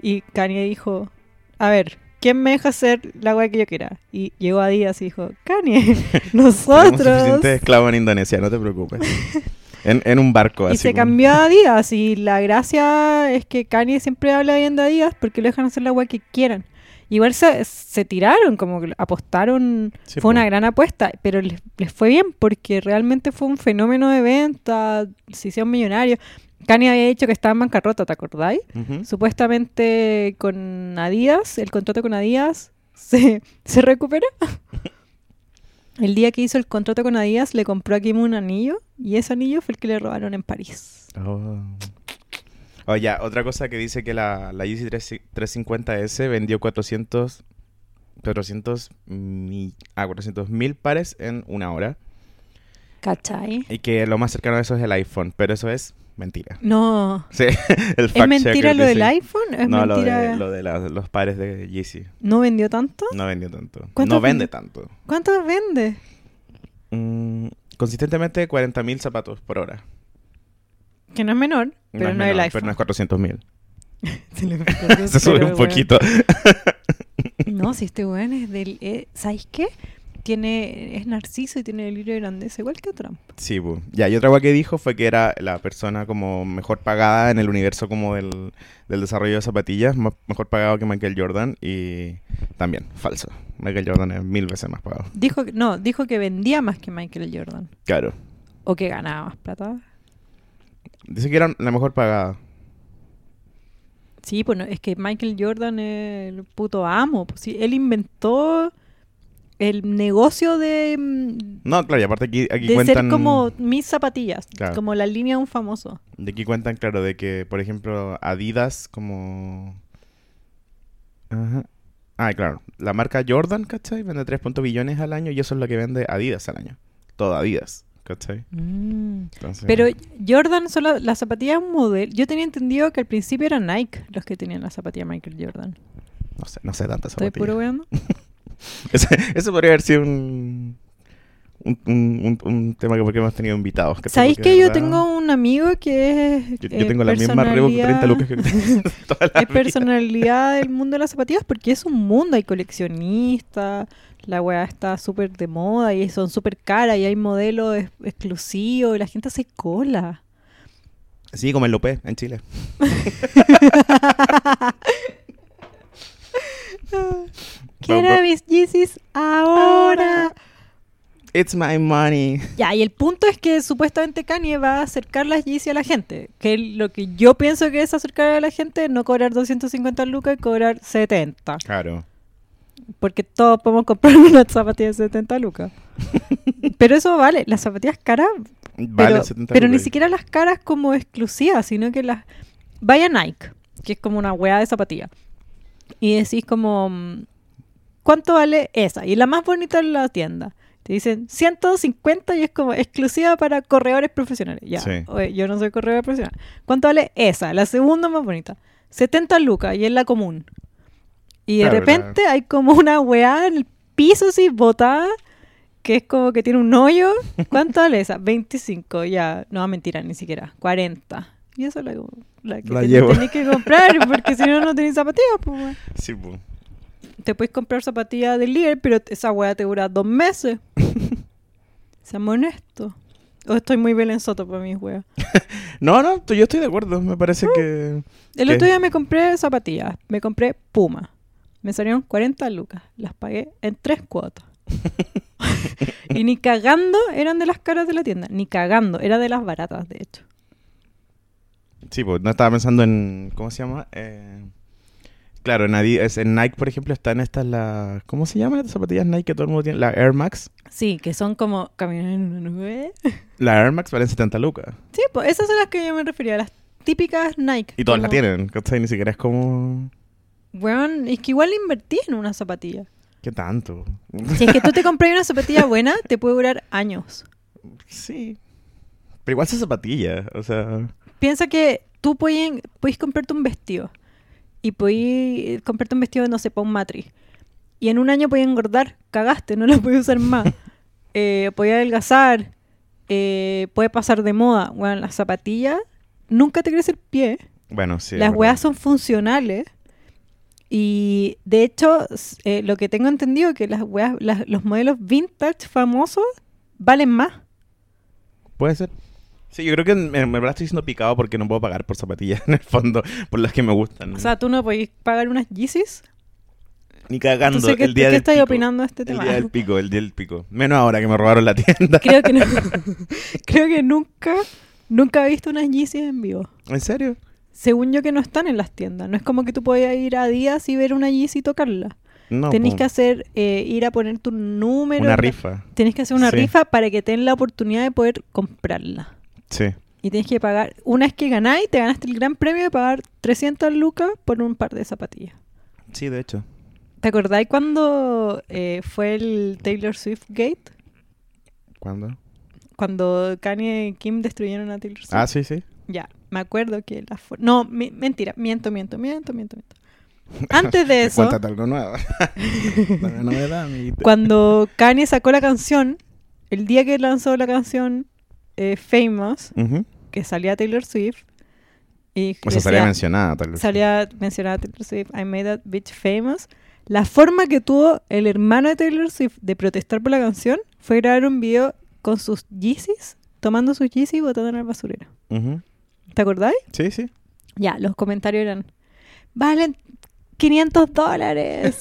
A: Y Kanye dijo, a ver, ¿quién me deja hacer la weá que yo quiera? Y llegó a Díaz y dijo, Kanye,
B: Tenemos
A: nosotros.
B: suficientes esclavos en Indonesia, no te preocupes. en, en un barco así.
A: Y se
B: como-
A: cambió a Adidas. Y la gracia es que Kanye siempre habla bien de Adidas porque lo dejan hacer la weá que quieran. Igual se, se tiraron, como que apostaron.
B: Sí,
A: fue una
B: po.
A: gran apuesta, pero les, les fue bien porque realmente fue un fenómeno de venta. Se hicieron millonarios. Kanye había dicho que estaba en bancarrota, ¿te acordáis?
B: Ujú.
A: Supuestamente con Adidas, el contrato con Adidas se, se recupera. El día que hizo el contrato con Adidas le compró a Kim un anillo y ese anillo fue el que le robaron en París.
B: Oh. Oh, ya, otra cosa que dice que la, la Yeezy 3- 350S vendió 400, 400, mi- ah, 400 mil pares en una hora.
A: ¿Cachai?
B: Y que lo más cercano a eso es el iPhone, pero eso es mentira.
A: No.
B: Sí, el
A: ¿Es
B: fact
A: mentira
B: checker
A: lo del
B: dice-
A: iPhone? ¿Es
B: no, lo
A: mentira?
B: de, lo de la- los pares de Yeezy.
A: ¿No vendió tanto?
B: No vendió tanto.
A: ¿Cuánto
B: No vende
A: vendi-
B: tanto.
A: ¿Cuánto vende?
B: Mm, consistentemente 40.000 zapatos por hora.
A: Que no es menor, pero no,
B: es
A: es el
B: menor,
A: iPhone.
B: Pero no es 400.000.
A: Se le perdió,
B: Se sube
A: pero,
B: un
A: weón.
B: poquito.
A: No, si este weón es del... eh, ¿Sabes qué? Tiene, es narciso y tiene delirio de grandeza, igual que Trump.
B: Sí, bu. ya, y otra cosa que dijo fue que era la persona como mejor pagada en el universo como del, del desarrollo de zapatillas, más- mejor pagado que Michael Jordan y también, falso. Michael Jordan es mil veces más pagado.
A: Dijo que, no, dijo que vendía más que Michael Jordan.
B: Claro.
A: O que ganaba más plata.
B: Dice que era la mejor pagada.
A: Sí, pues no, es que Michael Jordan es el puto amo. Pues sí, él inventó el negocio de, mm,
B: No, claro, y aparte aquí, aquí
A: de
B: cuentan...
A: ser como mis zapatillas,
B: Claro.
A: como la línea de un famoso.
B: De aquí cuentan, claro, de que, por ejemplo, Adidas como... Ajá. Ah, claro. La marca Jordan, ¿cachai? Vende 3.0 billones al año y eso es lo que vende Adidas al año. Todo Adidas, ¿cachai? Entonces-
A: Pero Jordan solo, las zapatillas es un modelo. Yo tenía entendido que al principio eran Nike los que tenían la zapatilla Michael Jordan.
B: No sé, no sé tantas
A: Estoy
B: zapatillas.
A: puro weando.
B: Ese, ese podría haber sido un, un, un- un- un tema que porque hemos tenido invitados. ¿cachai?
A: ¿Sabéis
B: Porque
A: que
B: de
A: yo
B: verdad,
A: tengo un amigo que es.
B: Yo, yo
A: eh,
B: tengo la misma Reebok 30
A: personalidad-
B: lucas que toda la
A: es personalidad del mundo de las zapatillas porque es un mundo, hay coleccionistas, la weá está súper de moda y son súper caras y hay modelos ex- exclusivos y la gente hace cola.
B: vida. Sí, como el López en Chile.
A: Quiero mis Yeezys ahora.
B: It's my money.
A: Ya, y el punto es que supuestamente Kanye va a acercar las Yeezy a la gente. Que lo que yo pienso que es acercar a la gente es no cobrar 250 lucas y cobrar 70.
B: Claro.
A: Porque todos podemos comprar una zapatilla de 70 lucas. Pero eso vale, las zapatillas caras
B: Vale,
A: pero,
B: 70
A: pero ni
B: lucas.
A: siquiera las caras como exclusivas, sino que las... Vaya Nike, que es como una weá de zapatilla. Y decís como, mm, ¿cuánto vale esa? Y la más bonita en la tienda. Te dicen 150 y es como exclusiva para corredores profesionales. Ya,
B: Sí.
A: oye, yo no soy corredor profesional. ¿Cuánto vale esa? La segunda más bonita. 70 lucas y es la común. Y de
B: Claro,
A: repente hay como una weá en el piso así botada que es como que tiene un hoyo. ¿Cuánto vale esa? 25, ya. No, mentira, ni siquiera. 40. Y eso es la, la que
B: La
A: ten-
B: llevo.
A: tenés que comprar, porque si no, no tenés zapatillas, pues, weón.
B: Sí, pu.
A: Te puedes comprar zapatillas de líder, pero esa weá te dura dos meses. Seamos honestos. O estoy muy belenzoto para mis weas.
B: No, no, tú- yo estoy de acuerdo. Me parece
A: Uh.
B: que.
A: El
B: ¿Qué?
A: otro día me compré zapatillas. Me compré Puma. Me salieron 40 lucas. Las pagué en tres cuotas. y ni cagando eran de las caras de la tienda. Ni cagando. Era de las baratas, de hecho.
B: Sí, pues no estaba pensando en. ¿Cómo se llama? Eh, claro, en, Adi- es- en Nike, por ejemplo, están estas las. ¿Cómo se llaman las zapatillas Nike que todo el mundo tiene? La Air Max.
A: Sí, que son como caminar en una nube.
B: La Air Max valen 70 lucas.
A: Sí, pues esas son las que yo me refería. Las típicas Nike.
B: Y todas la
A: como-
B: tienen. ¿cachai? Ni siquiera es como.
A: Weón, es que igual invertí en una zapatilla.
B: ¿Qué tanto?
A: Si es que tú te compras una zapatilla buena, te puede durar años.
B: sí. Pero igual se zapatilla. O sea.
A: Piensa que tú puedes, puedes comprarte un vestido. Y puedes comprarte un vestido, no sé, para un matriz. Y en un año puedes engordar, cagaste, no lo puedes usar más. eh, puedes adelgazar, eh, puede pasar de moda. Bueno, las zapatillas, nunca te crece el pie.
B: Bueno, sí. es
A: las
B: verdad.
A: weas son funcionales. Y de hecho, s- eh, lo que tengo entendido es que las weas, las- los modelos vintage famosos valen más.
B: Puede ser. Sí, yo creo que me, me estoy diciendo picado porque no puedo pagar por zapatillas en el fondo, por las que me gustan.
A: O sea, tú no podés pagar unas Yeezys.
B: Ni cagando.
A: Entonces, ¿qué,
B: el día
A: qué
B: del
A: estáis
B: pico.
A: opinando de este
B: El
A: tema?
B: día del pico, el día del pico. Menos ahora que me robaron la tienda.
A: Creo que no- creo que nunca, nunca he visto unas Yeezys en vivo.
B: ¿En serio?
A: Según yo que no están en las tiendas. No es como que tú podías ir a días y ver una Yeezy y tocarla.
B: No.
A: Tenés
B: po.
A: que hacer, eh, ir a poner tu número.
B: Una
A: la-
B: rifa.
A: Tenés que hacer una
B: Sí.
A: rifa para que tengan la oportunidad de poder comprarla.
B: Sí.
A: Y tienes que pagar, una vez que ganáis, te ganaste el gran premio de pagar 300 lucas por un par de zapatillas.
B: Sí, de hecho.
A: ¿Te acordáis cuando eh, fue el Taylor Swift Gate?
B: ¿Cuándo?
A: Cuando Kanye y Kim destruyeron a Taylor Swift.
B: Ah, sí, sí.
A: Ya, me acuerdo que la for- No, mi- mentira, miento, miento, miento, miento, miento. Antes de eso,
B: Cuéntate algo nuevo. Dame novedad, amiguita.
A: cuando Kanye sacó la canción, el día que lanzó la canción eh, Famous,
B: Ujú.
A: que salía Taylor Swift, y
B: O sea,
A: decía-
B: salía mencionada tal vez.
A: salía mencionada Taylor Swift, I made that bitch famous. La forma que tuvo el hermano de Taylor Swift de protestar por la canción fue grabar un video con sus Yeezys, tomando sus Yeezys y botando en el basurero.
B: Ujú.
A: ¿Te acordáis?
B: Sí, sí.
A: Ya, los comentarios eran, valen 500 dólares,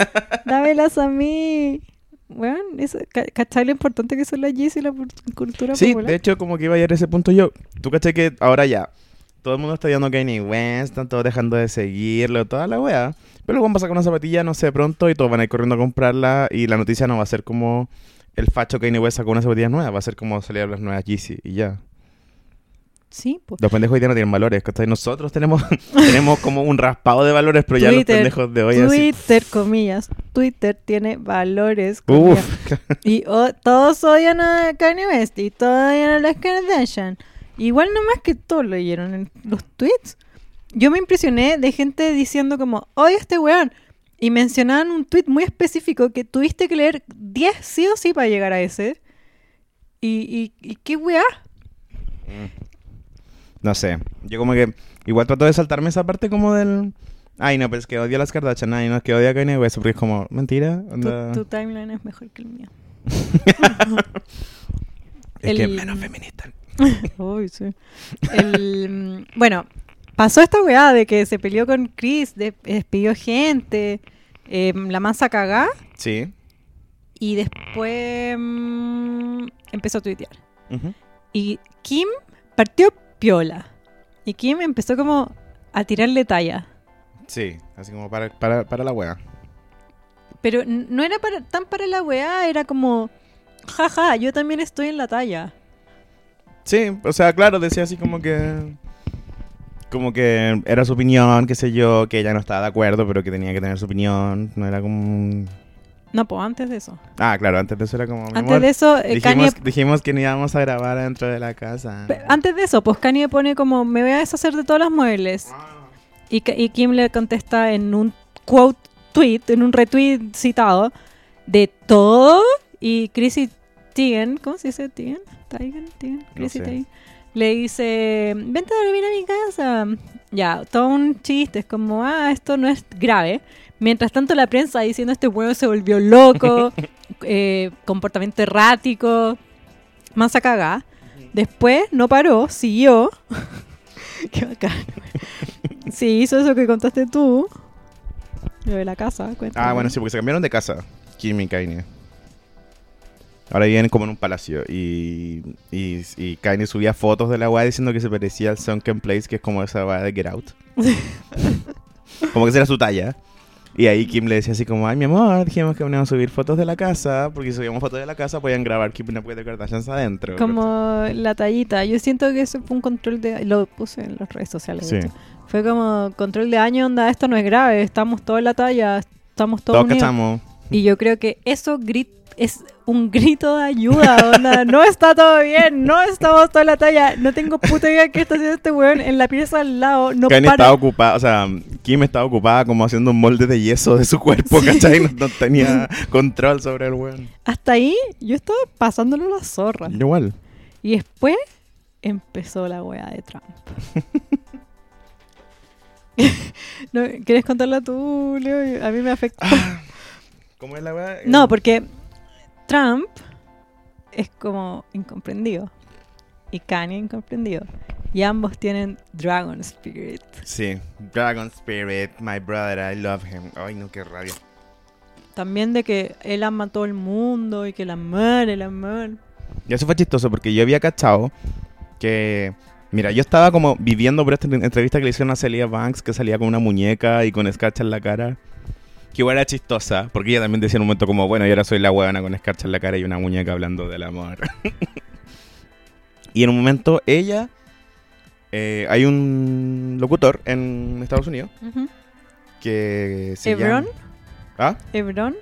A: dámelas a mí. Bueno, eso, ca- ¿cachai lo importante que son las Yeezys y la pu- cultura
B: Sí,
A: popular?
B: de hecho, como que iba a llegar a ese punto yo. Tú caché que ahora ya. Todo el mundo está viendo a Kanye West, están todos dejando de seguirlo, toda la wea. Pero luego van a sacar una zapatilla, no sé, pronto, y todos van a ir corriendo a comprarla. Y la noticia no va a ser como el facho Kanye West sacó una zapatilla nueva, va a ser como salieron las nuevas Yeezy y ya.
A: Sí, po.
B: Los pendejos hoy día no tienen valores, ¿cachai? Nosotros tenemos, tenemos como un raspado de valores, pero ya los
A: Twitter,
B: pendejos de hoy así.
A: Twitter, comillas. Twitter tiene valores. comillas.
B: Uf,
A: Y o- todos odian a Kanye West y todos odian a las Kardashian. Igual nomás que todos leyeron en los tweets. Yo me impresioné de gente diciendo como, oye este weón, Y mencionaban un tweet muy específico que tuviste que leer 10 sí o sí para llegar a ese. Y, y, y qué weá.
B: No sé. Yo como que igual trato de saltarme esa parte como del... Ay, no, pero es que odio a las Kardashian. Ay, no, es que odio a Kanye West. Porque es como, mentira.
A: Tu,
B: onda.
A: tu timeline es mejor que el mío.
B: es que
A: el-
B: menos feminista.
A: Ay, sí. El, mm, bueno, pasó esta weá de que se peleó con Chris, de- despidió gente, em, la masa cagá
B: Sí.
A: y después mm, empezó a tuitear.
B: Ujú.
A: Y Kim partió piola. Y Kim empezó como a tirarle talla.
B: Sí. Así como para, para, para la wea.
A: Pero n- no era para, tan para la weá, era como, jaja, yo también estoy en la talla.
B: Sí, o sea, claro, decía así como que... Como que era su opinión, qué sé yo, que ella no estaba de acuerdo, pero que tenía que tener su opinión. No era como... un-
A: No, pues antes de eso.
B: Ah, claro, antes de eso era como... mi
A: Antes
B: amor,
A: de eso, eh, Kanye
B: dijimos, dijimos que no íbamos a grabar adentro de la casa.
A: Pe- Antes de eso, pues Kanye pone como, me voy a deshacer de todos los muebles. Y, Ka- y Kim le contesta en un quote tweet, en un retweet citado, de todo. Y Chris y Teigen, ¿cómo se dice Teigen? Teigen, Teigen, Chris y
B: sé.
A: Teigen. Le dice, vente a dormir a mi casa. Ya, todo un chiste, es como, ah, esto no es grave. Mientras tanto la prensa diciendo, este huevo se volvió loco, eh, comportamiento errático, más a cagar. Después no paró, siguió. Qué bacán. Sí, hizo eso que contaste tú. Lo de la casa. cuéntame.
B: Ah, bueno, sí, porque se cambiaron de casa, Kim y Kanye. Ahora viven como en un palacio. Y, y, y Kanye subía fotos de la weá diciendo que se parecía al Sunken Place, que es como esa weá de Get Out. como que esa era su talla. Y ahí Kim le decía así como, ay, mi amor, dijimos que veníamos a subir fotos de la casa, porque si subíamos fotos de la casa podían grabar Kim y puede Kardashian adentro.
A: Como la tallita. Yo siento que eso fue un control de... Lo puse en las redes sociales. de
B: Sí.
A: hecho. Fue como control de año, onda, esto no es grave. Estamos todos en la talla. Estamos todos
B: Todos
A: unidos.
B: cachamos.
A: Y yo creo que eso grit- es un grito de ayuda, onda. No está todo bien, no estamos toda la talla. No tengo puta idea qué está haciendo este weón en la pieza al lado. No
B: Kanye
A: para.
B: estaba ocupada, o sea, Kim estaba ocupada como haciendo un molde de yeso de su cuerpo,
A: Sí.
B: ¿cachai? No, no tenía control sobre el weón.
A: Hasta ahí yo estaba pasándolo la zorra.
B: Igual.
A: Y después empezó la weá de Trump. No, ¿Quieres contarla tú, Leo? A mí me afecta.
B: ¿Cómo es la weá? Eh,
A: No, porque Trump es como incomprendido. Y Kanye incomprendido. Y ambos tienen Dragon Spirit.
B: Sí. Dragon Spirit, my brother, I love him. Ay, no, qué rabia.
A: También de que él ama a todo el mundo y que el amor, el amor.
B: Y eso fue chistoso porque yo había cachado que... Mira, yo estaba como viviendo por esta entrevista que le hicieron a Celia Banks, que salía con una muñeca y con escarcha en la cara. Que igual era chistosa, porque ella también decía en un momento como, bueno, yo ahora soy la huevona con escarcha en la cara y una muñeca hablando del amor. y en un momento ella... eh, hay un locutor en Estados Unidos
A: Ujú.
B: que se
A: Hebron,
B: llama... ¿Ah?
A: Hebron.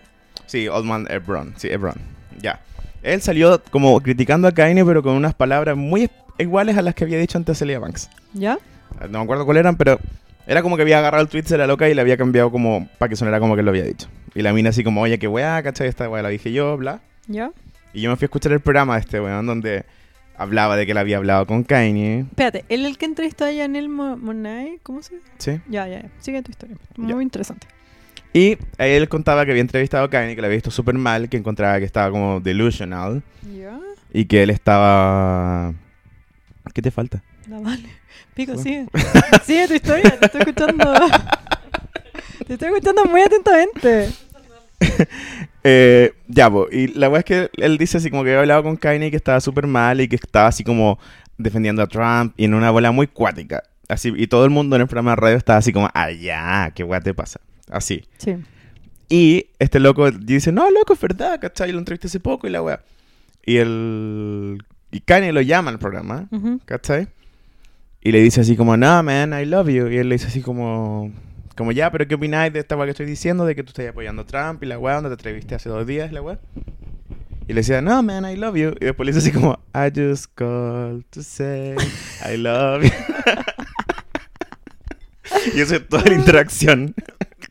B: Sí, Oldman Ebron. Sí, Ebron. Ya. Él salió como criticando a Kanye, pero con unas palabras muy iguales a las que había dicho antes Celia Banks. Ah,
A: ¿Ya?
B: No me acuerdo cuál eran, pero era como que había agarrado el tweet de la loca y le había cambiado como para que sonara como que lo había dicho. Y la mina así como, oye, qué weá, ¿cachai? Esta weá la dije yo, bla.
A: ¿Ya?
B: Y yo me fui a escuchar el programa de este weón donde hablaba de que él había hablado con Kanye.
A: Espérate, él el que entrevistó a Janelle Mo- Monáe, ¿cómo se dice?
B: Sí.
A: Ya, ya, ya. Sigue tu historia.
B: Ya.
A: Muy interesante.
B: Y él contaba que había entrevistado a Kanye, que le había visto súper mal, que encontraba que estaba como delusional
A: Ya,
B: y que él estaba... ¿Qué te falta?
A: no vale. Pico,
B: Bueno.
A: sigue. Sigue tu historia, te estoy escuchando. Te estoy escuchando muy atentamente.
B: Eh, ya, po, y la weá es que él dice así como que había hablado con Kanye que estaba súper mal y que estaba así como defendiendo a Trump y en una bola muy cuática. Así, y todo el mundo en el programa de radio estaba así como, allá, qué weá te pasa. Así.
A: Sí.
B: Y este loco dice, no, loco, es verdad, ¿cachai? Lo entrevisté hace poco y la weá. Y el... Y Kanye lo llama al programa,
A: Ujú.
B: ¿cachai? Y le dice así como, no, man, I love you. Y él le dice así como, como ya, pero ¿qué opináis de esta weá que estoy diciendo? De que tú estás apoyando a Trump y la weá, donde te atreviste hace dos días, la weá. Y le decía, no, man, I love you. Y después le dice así como, I just called to say I love you. y eso es toda la interacción.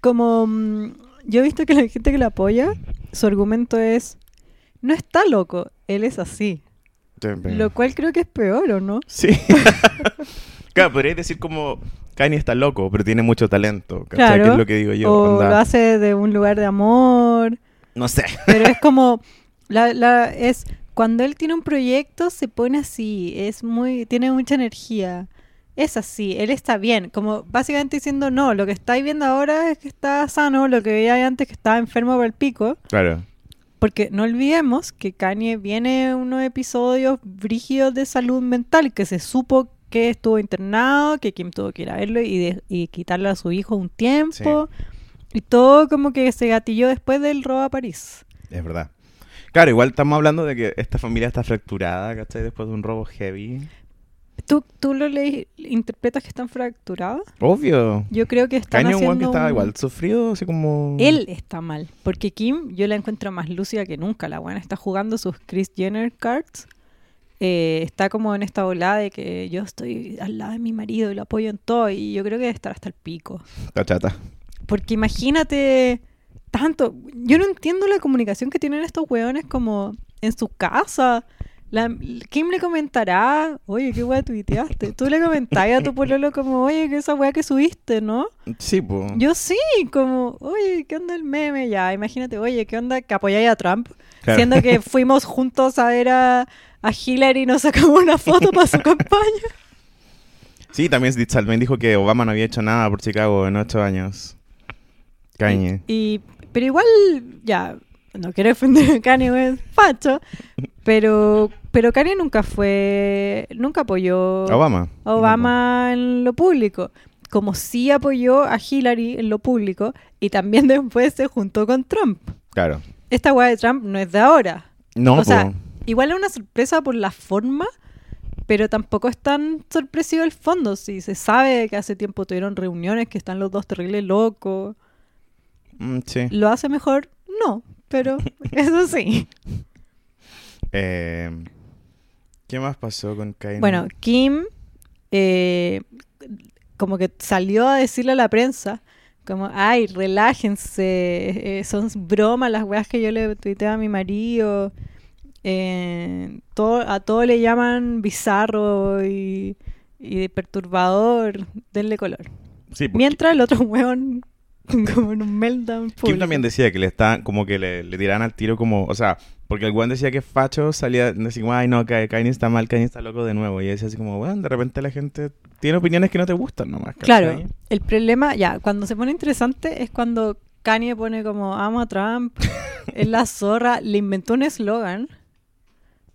A: Como mm, yo he visto que la gente que lo apoya, su argumento es, no está loco, él es así. Lo cual creo que es peor, ¿o no?
B: Sí. claro, podríais decir como Kanye está loco, pero tiene mucho talento. ¿cachai?
A: Claro.
B: Que es lo que digo yo.
A: o
B: onda,
A: lo hace de un lugar de amor,
B: No sé.
A: pero es como, la, la- es, cuando él tiene un proyecto se pone así, es muy, tiene mucha energía. Es así, él está bien, como básicamente diciendo, no, lo que estáis viendo ahora es que está sano, lo que veía antes que estaba enfermo por el pico,
B: Claro.
A: Porque no olvidemos que Kanye viene unos episodios brígidos de salud mental, que se supo que estuvo internado, que Kim tuvo que ir a verlo y, de- y quitarle a su hijo un tiempo. Y todo como que se gatilló después del robo a París.
B: Es verdad. Claro, igual estamos hablando de que esta familia está fracturada, ¿cachai? Después de un robo heavy.
A: ¿Tú, tú lo leí- interpretas que están fracturados?
B: Obvio.
A: Yo creo que están
B: Kanye es un
A: haciendo
B: weón que estaba
A: un-
B: igual sufrido, así como...
A: Él está mal, porque Kim yo la encuentro más lúcida que nunca. La buena está jugando sus Chris Jenner cards. Eh, está como en esta volada de que yo estoy al lado de mi marido y lo apoyo en todo. Y yo creo que debe estar hasta el pico.
B: Está chata.
A: Porque imagínate tanto. Yo no entiendo la comunicación que tienen estos hueones como en su casa. La, Kim le comentará, oye, qué wea tuiteaste. Tú le comentabas a tu pololo como, oye, que esa wea que subiste, ¿no?
B: Sí, pues.
A: Yo sí, como, oye, ¿qué onda el meme? Ya, imagínate, oye, ¿qué onda que apoyáis a Trump? Siendo que fuimos juntos a ver a, a Hillary y nos sacamos una foto para su campaña.
B: Sí, también Salmen dijo que Obama no había hecho nada por Chicago en ocho años. Kanye.
A: Y, pero igual, ya, no quiero defender a Kanye West, facho, pero, pero Kanye nunca fue, nunca apoyó
B: Obama.
A: a Obama en lo público. Como sí apoyó a Hillary en lo público y también después se juntó con Trump.
B: Claro.
A: Esta weá de Trump no es de ahora.
B: No,
A: O sea,
B: po.
A: igual es una sorpresa por la forma, pero tampoco es tan sorpresivo el fondo. Si se sabe que hace tiempo tuvieron reuniones, que están los dos terribles locos.
B: Mm, sí.
A: ¿Lo hace mejor? No, pero eso sí.
B: Eh, ¿Qué más pasó con Kanye?
A: Bueno, Kim eh, como que salió a decirle a la prensa, como, ay, relájense, eh, son bromas las weas que yo le tuiteé a mi marido. eh, todo, a todo le llaman bizarro y, y perturbador, denle color.
B: Sí, porque
A: Mientras el otro weón como en un meltdown
B: Kim
A: público.
B: también decía que le estaban, como que le, le tiraban al tiro como, o sea, porque el guan decía que es facho, salía, decía, ay no, Ka- Kanye está mal, Kanye está loco de nuevo. Y decía así como, bueno, de repente la gente tiene opiniones que no te gustan nomás. ¿cachai?
A: Claro, el problema, ya, cuando se pone interesante es cuando Kanye pone como amo a Trump, es la zorra, le inventó un eslogan,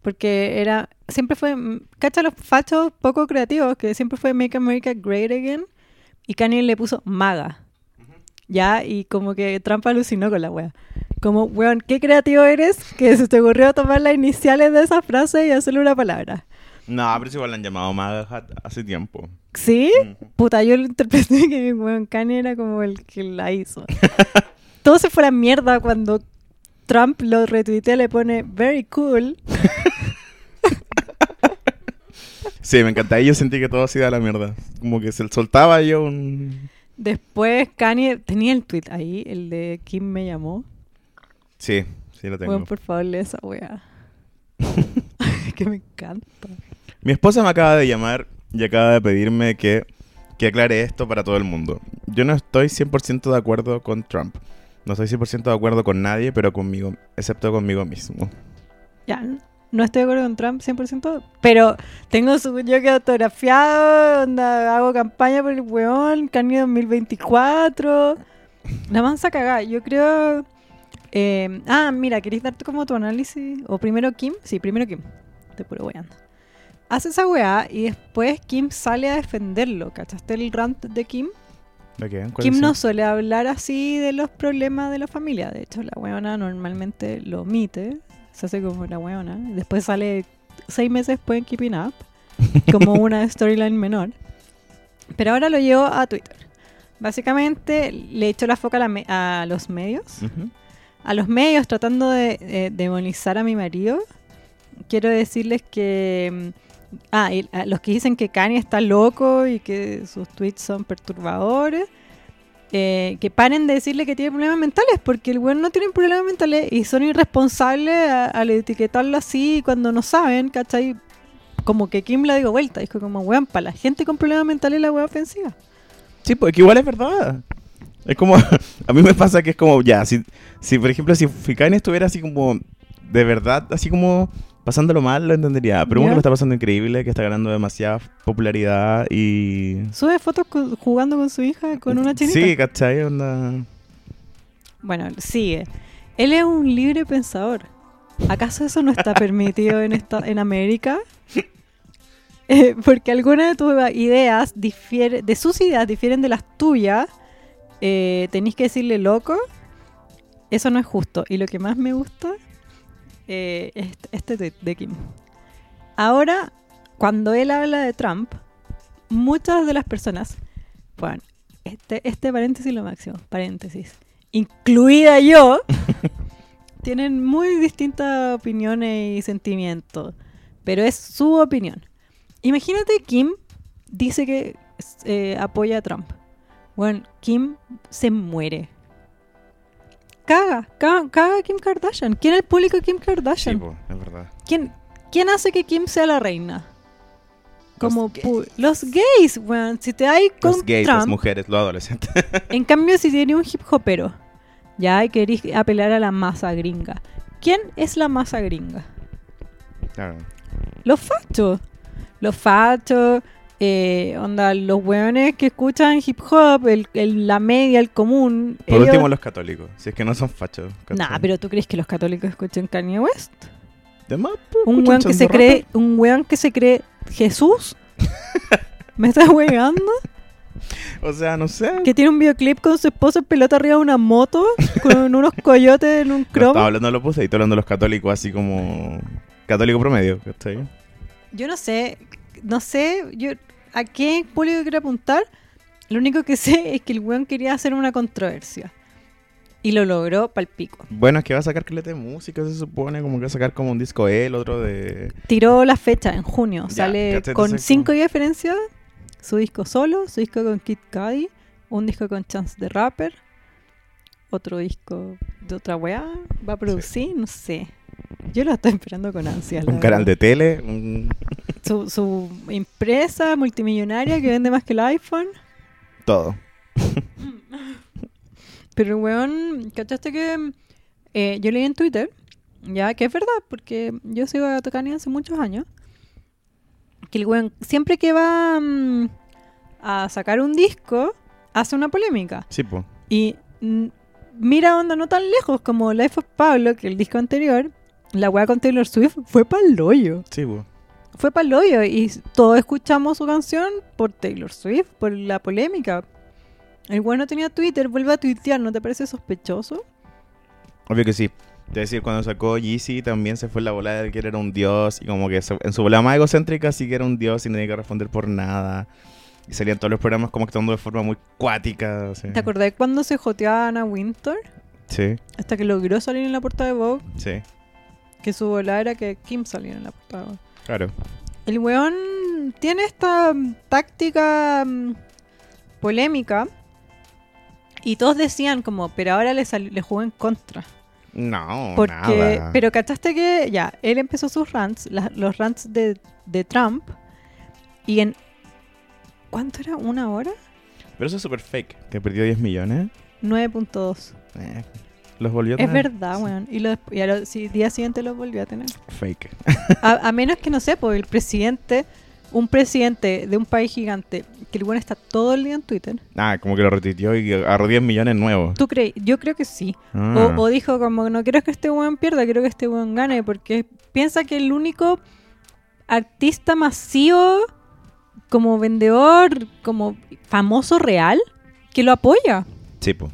A: porque era, siempre fue, mm, cacha los fachos poco creativos, que siempre fue Make America Great Again, y Kanye le puso maga, ya, y como que Trump alucinó con la wea. Como, weón, qué creativo eres que se te ocurrió tomar las iniciales de esa frase y hacerle una palabra.
B: No, pero si igual la han llamado más hace tiempo.
A: ¿Sí?
B: Ujú.
A: Puta, yo lo interpreté que weón Kanye era como el que la hizo. Todo se fue a la mierda cuando Trump lo retuitea, le pone very cool.
B: Sí, me encanta. Ahí yo sentí que todo se iba a la mierda. Como que se soltaba yo un...
A: Después Kanye tenía el tweet ahí, el de Kim me llamó.
B: Sí, sí lo tengo.
A: Weón, por favor, lee esa weá. que me encanta.
B: Mi esposa me acaba de llamar y acaba de pedirme que, que aclare esto para todo el mundo. Yo no estoy 100% de acuerdo con Trump. No estoy 100% de acuerdo con nadie, pero conmigo, excepto conmigo mismo.
A: Ya, no estoy de acuerdo con Trump 100%, pero tengo su yo que autografiado, onda, hago campaña por el weón, Kanye 2024. La mansa cagada, yo creo... eh, ah, mira, ¿querés darte como tu análisis? O primero Kim, sí, primero Kim, te puro weando. Hace esa weá y después Kim sale a defenderlo, ¿cachaste el rant de Kim?
B: ¿De qué? ¿Cuál
A: Kim
B: es?
A: no suele hablar así de los problemas de la familia. De hecho, la weona normalmente lo omite. Se hace como la weona. Después sale seis meses después en Keeping Up. Como una storyline menor. Pero ahora lo llevo a Twitter. Básicamente le echo la foca a, la me- a los medios.
B: Ujú.
A: A los medios tratando de eh, demonizar a mi marido. Quiero decirles que... mm, Ah, y a los que dicen que Kanye está loco y que sus tweets son perturbadores. eh, que paren de decirle que tiene problemas mentales, porque el weón no tiene problemas mentales y son irresponsables a- al etiquetarlo así cuando no saben, ¿cachai? Como que Kim la digo vuelta, dijo como, weón, para la gente con problemas mentales la weá ofensiva.
B: Sí, porque igual es verdad. Es como, a mí me pasa que es como, ya, si, si por ejemplo, si Fikaine estuviera así como, de verdad, así como pasándolo mal, lo entendería. Pero uno
A: Ya.
B: que lo está pasando increíble, que está ganando demasiada popularidad y...
A: Sube fotos cu- jugando con su hija, con una chinita.
B: Sí, ¿cachai? Onda...
A: Bueno, sigue. Él es un libre pensador. ¿Acaso eso no está permitido en, esta, en América? Eh, porque algunas de tus ideas difieren, de sus ideas difieren de las tuyas. Eh, Tenéis que decirle loco. Eso no es justo. Y lo que más me gusta eh, es este tweet de Kim. Ahora, cuando él habla de Trump, muchas de las personas. Bueno, este, este paréntesis lo máximo, paréntesis incluida yo, tienen muy distintas opiniones y sentimientos, pero es su opinión. Imagínate Kim dice que eh, apoya a Trump. Bueno, Kim se muere. Caga, caga, caga Kim Kardashian. ¿Quién es el público de Kim Kardashian?
B: es verdad.
A: ¿Quién, ¿Quién hace que Kim sea la reina? Como
B: gays.
A: pu- los gays, weón. Si te hay con
B: Los gays, las
A: Trump,
B: mujeres, los adolescentes.
A: en cambio, si tiene un hip hopero, ya y querís apelar a la masa gringa. ¿Quién es la masa gringa?
B: Claro.
A: Los fachos. Los fachos, eh, onda, los weones que escuchan hip hop, el, el- la media, el común.
B: Por
A: ellos-
B: último, los católicos. Si es que no son fachos.
A: Nah, pero ¿tú crees que los católicos escuchan Kanye West?
B: Demás,
A: Un weón que se cree, un weón que se cree Jesús. ¿Me estás weando?
B: O sea, no sé.
A: Que tiene un videoclip con su esposa en pelota arriba de una moto, con unos coyotes en un
B: No estaba
A: cromo.
B: hablando de los puse y estoy hablando de los católicos así como... Católico promedio, ¿cachai?
A: Yo no sé, no sé yo a qué público quiero apuntar. Lo único que sé es que el weón quería hacer una controversia. Y lo logró pal pico.
B: Bueno, es que va a sacar caleta de música, se supone, como que va a sacar como un disco él, otro de...
A: Tiró la fecha en junio.
B: Ya,
A: sale
B: ¿cachai?
A: con
B: Entonces,
A: cinco días de diferencia. Su disco solo, su disco con Kid Cudi, un disco con Chance the Rapper, otro disco de otra weá. Va a producir, no sé. Yo lo estoy esperando con ansias. la
B: Un canal
A: verdad.
B: de tele, un-
A: Su, su empresa multimillonaria que vende más que el iPhone.
B: todo.
A: Pero, weón, ¿cachaste que eh, yo leí en Twitter? Ya, que es verdad, porque yo sigo a Tocani hace muchos años. Que el weón, siempre que va mm, a sacar un disco, hace una polémica.
B: Sí, po.
A: Y mm, mira onda no tan lejos como Life of Pablo, que el disco anterior, la weá con Taylor Swift fue pa'l hoyo
B: Sí, po.
A: fue para el hoyo y todos escuchamos su canción por Taylor Swift, por la polémica. El güey no tenía Twitter, vuelve a tuitear, ¿no te parece sospechoso?
B: Obvio que sí. Es decir, cuando sacó Yeezy también se fue la bola de que él era un dios y como que se- en su bola más egocéntrica sí que era un dios y no tenía que responder por nada. Y salían todos los programas como actuando de forma muy cuática. así.
A: ¿Te acordás cuando se joteaban a Winter?
B: Sí,
A: Hasta que logró salir en la portada de Vogue,
B: sí,
A: que su bola era que Kim saliera en la portada de Vogue.
B: claro.
A: El weón tiene esta mm, táctica mm, polémica y todos decían como, pero ahora le, sal- le jugó en contra.
B: No,
A: Porque,
B: nada.
A: pero cachaste que ya, él empezó sus rants, la- los rants de, de Trump, y en. ¿Cuánto era? ¿Una hora?
B: Pero eso es súper fake. Que perdió 10 millones.
A: 9.2.
B: Eh, los volvió a
A: Es
B: tener.
A: verdad, weón. Y, lo, y a lo- sí, día siguiente lo volvió a tener.
B: Fake.
A: A, a menos que no sé, porque el presidente, un presidente de un país gigante, que el weón está todo el día en Twitter.
B: Ah, como que lo retuiteó y agarró 10 millones nuevos.
A: ¿Tú crees? Yo creo que sí.
B: Ah.
A: O, o dijo como, no quiero que este weón pierda, quiero que este weón gane, porque piensa que el único artista masivo, como vendedor, como famoso real, que lo apoya.
B: Sí, po.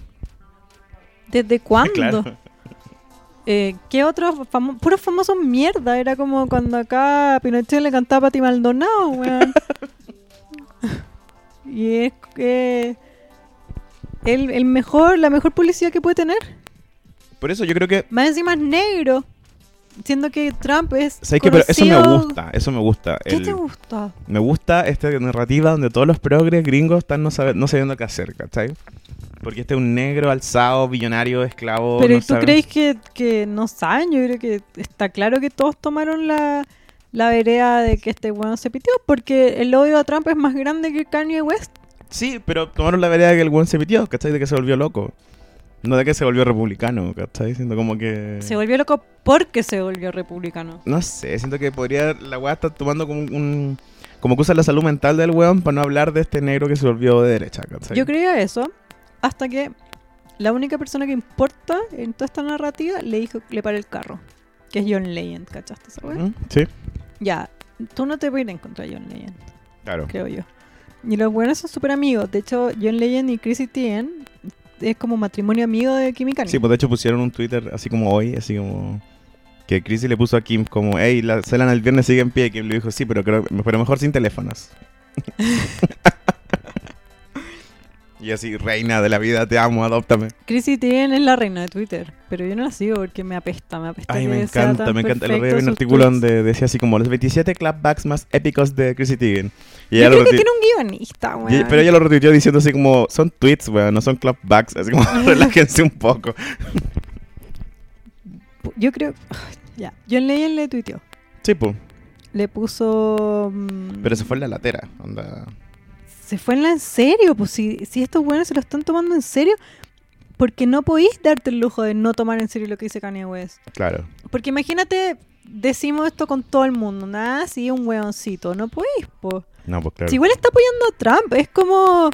A: ¿Desde cuándo?
B: Claro.
A: Eh, ¿Qué otros famo- puros famosos mierda? Era como cuando acá Pinochet le cantaba a Pati Maldonado, weón. y es que... El, el mejor, la mejor publicidad que puede tener.
B: Por eso yo creo que
A: Más encima es negro. Siendo que Trump es.
B: ¿Sabes qué? Pero eso me
A: conocido-
B: gusta, eso me gusta.
A: ¿Qué
B: El-
A: te gusta?
B: me gusta esta narrativa donde todos los progres gringos están no, sabe- no sabiendo qué hacer, ¿cachai? Porque este es un negro alzado, billonario, esclavo.
A: Pero
B: Oh, no
A: ¿tú
B: sabe-
A: crees que, que no saben? Yo creo que está claro que todos tomaron la, la vereda de que este weón se pitió, porque el odio a Trump es más grande que Kanye West.
B: Sí, pero tomaron la vereda que el weón se pitió, ¿cachai? De que se volvió loco. No de que se volvió republicano, ¿cachai? Siento como que.
A: Se volvió loco porque se volvió republicano.
B: No sé, siento que podría. La weá está tomando como un. Como que usa la salud mental del weón para no hablar de este negro que se volvió de derecha, ¿cachai?
A: Yo creía eso hasta que la única persona que importa en toda esta narrativa le dijo le paró el carro, que es John Legend, ¿cachaste esa weá?
B: Ujú, ¿Mm? Sí,
A: Ya, tú no te voy a ir en contra de John Legend.
B: claro.
A: creo yo. Y los buenos son súper amigos. De hecho, John Legend y Chrissy Tien es como matrimonio amigo de Kim y Kanye.
B: Sí, pues de hecho pusieron un Twitter así como hoy, así como. Que Chrissy le puso a Kim como, hey, la cena el viernes sigue en pie. Y Kim le dijo, sí, pero, creo, pero mejor sin teléfonos. y así, reina de la vida, te amo, adóptame.
A: Chrissy Tien es la reina de Twitter, pero yo no la sigo porque me apesta, me apesta.
B: Ay,
A: que
B: me
A: sea
B: encanta,
A: tan
B: me encanta. El otro día
A: perfecto
B: vi un
A: sus
B: artículo
A: tweets.
B: donde decía así como los 27 clapbacks más épicos de Chrissy Teigen. Y
A: Yo
B: ella lo
A: creo que
B: reti-
A: tiene un guionista,
B: y-
A: weón.
B: pero ella lo retuiteó diciendo así como, son tweets, weón, no son clapbacks. Así como, relájense un poco.
A: Yo creo... ah, ya, John Legend le tuiteó.
B: Sí, pues.
A: Le puso... mm,
B: Pero se fue en la latera. Onda.
A: Se fue en la en serio, pues si, si estos buenos se lo están tomando en serio, porque no podéis darte el lujo de no tomar en serio lo que dice Kanye West.
B: Claro.
A: Porque imagínate, decimos esto con todo el mundo, nada, sí, un hueoncito, no podéis, po.
B: No, pues claro.
A: Si igual está apoyando a Trump, es como.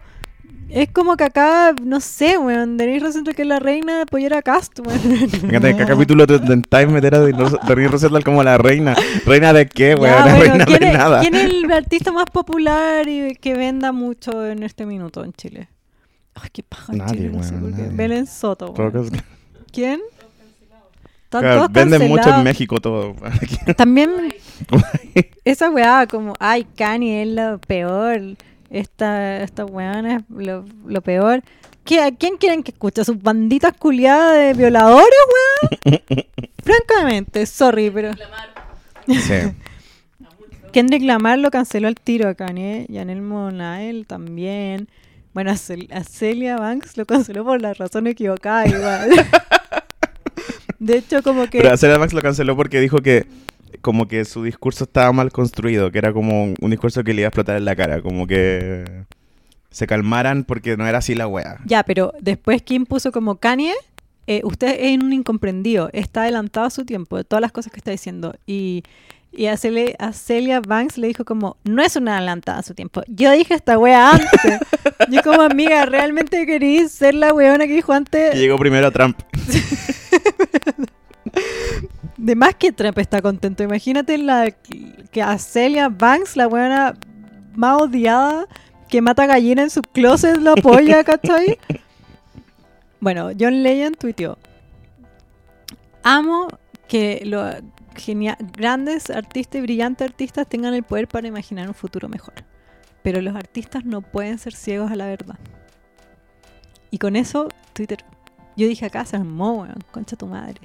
A: Es como que acá, no sé, weón, Denise Rosenthal que es la reina apoyara a Cast, weón.
B: Me encanta que cada capítulo te intentáis meter a Doreen Rosenthal como la reina. ¿Reina de qué,
A: Ya,
B: weón? La
A: pero
B: reina
A: ¿quién
B: de
A: es-
B: nada.
A: ¿Quién es el artista más popular y que venda mucho en este minuto en Chile? Ay, qué paja en
B: Nadie,
A: Chile, no sé
B: weón,
A: por qué.
B: nadie.
A: Belén Soto,
B: Creo que
A: weón.
B: es-
A: ¿Quién? Están
B: claro,
A: todos
B: Venden mucho en
A: cancelados.
B: México todo.
A: También esa weá como, ay, Kanye es lo peor, esta, esta weona es lo, lo peor. ¿Qué, ¿A quién quieren que escuche? ¿A ¿Sus banditas culiadas de violadores, weón? Francamente, sorry, pero...
B: sí.
A: Kendrick Lamar lo canceló al tiro a Kanye, Janel Monael también. Bueno, a, Cel- a Celia Banks lo canceló por la razón equivocada igual. De hecho, como que...
B: Pero a Sarah Max lo canceló porque dijo que como que su discurso estaba mal construido, que era como un discurso que le iba a explotar en la cara, como que se calmaran porque no era así la wea.
A: Ya, pero después Kim puso como Kanye, eh, usted es un incomprendido, está adelantado a su tiempo de todas las cosas que está diciendo. Y, y a, Cele- a Celia Banks le dijo como, no es una adelantada a su tiempo, yo dije esta wea antes. yo como amiga, ¿realmente querís ser la weona que dijo
B: Y
A: antes?
B: llegó primero a Trump.
A: De más que Trump está contento, imagínate la, que a Celia Banks, la weona más odiada, que mata gallina en su closet, la apoya, ¿cachai? Bueno, John Legend tuiteó. Amo que los genia- grandes artistas y brillantes artistas tengan el poder para imaginar un futuro mejor. Pero los artistas no pueden ser ciegos a la verdad. Y con eso, Twitter, yo dije acá, se armó, weón, concha tu madre.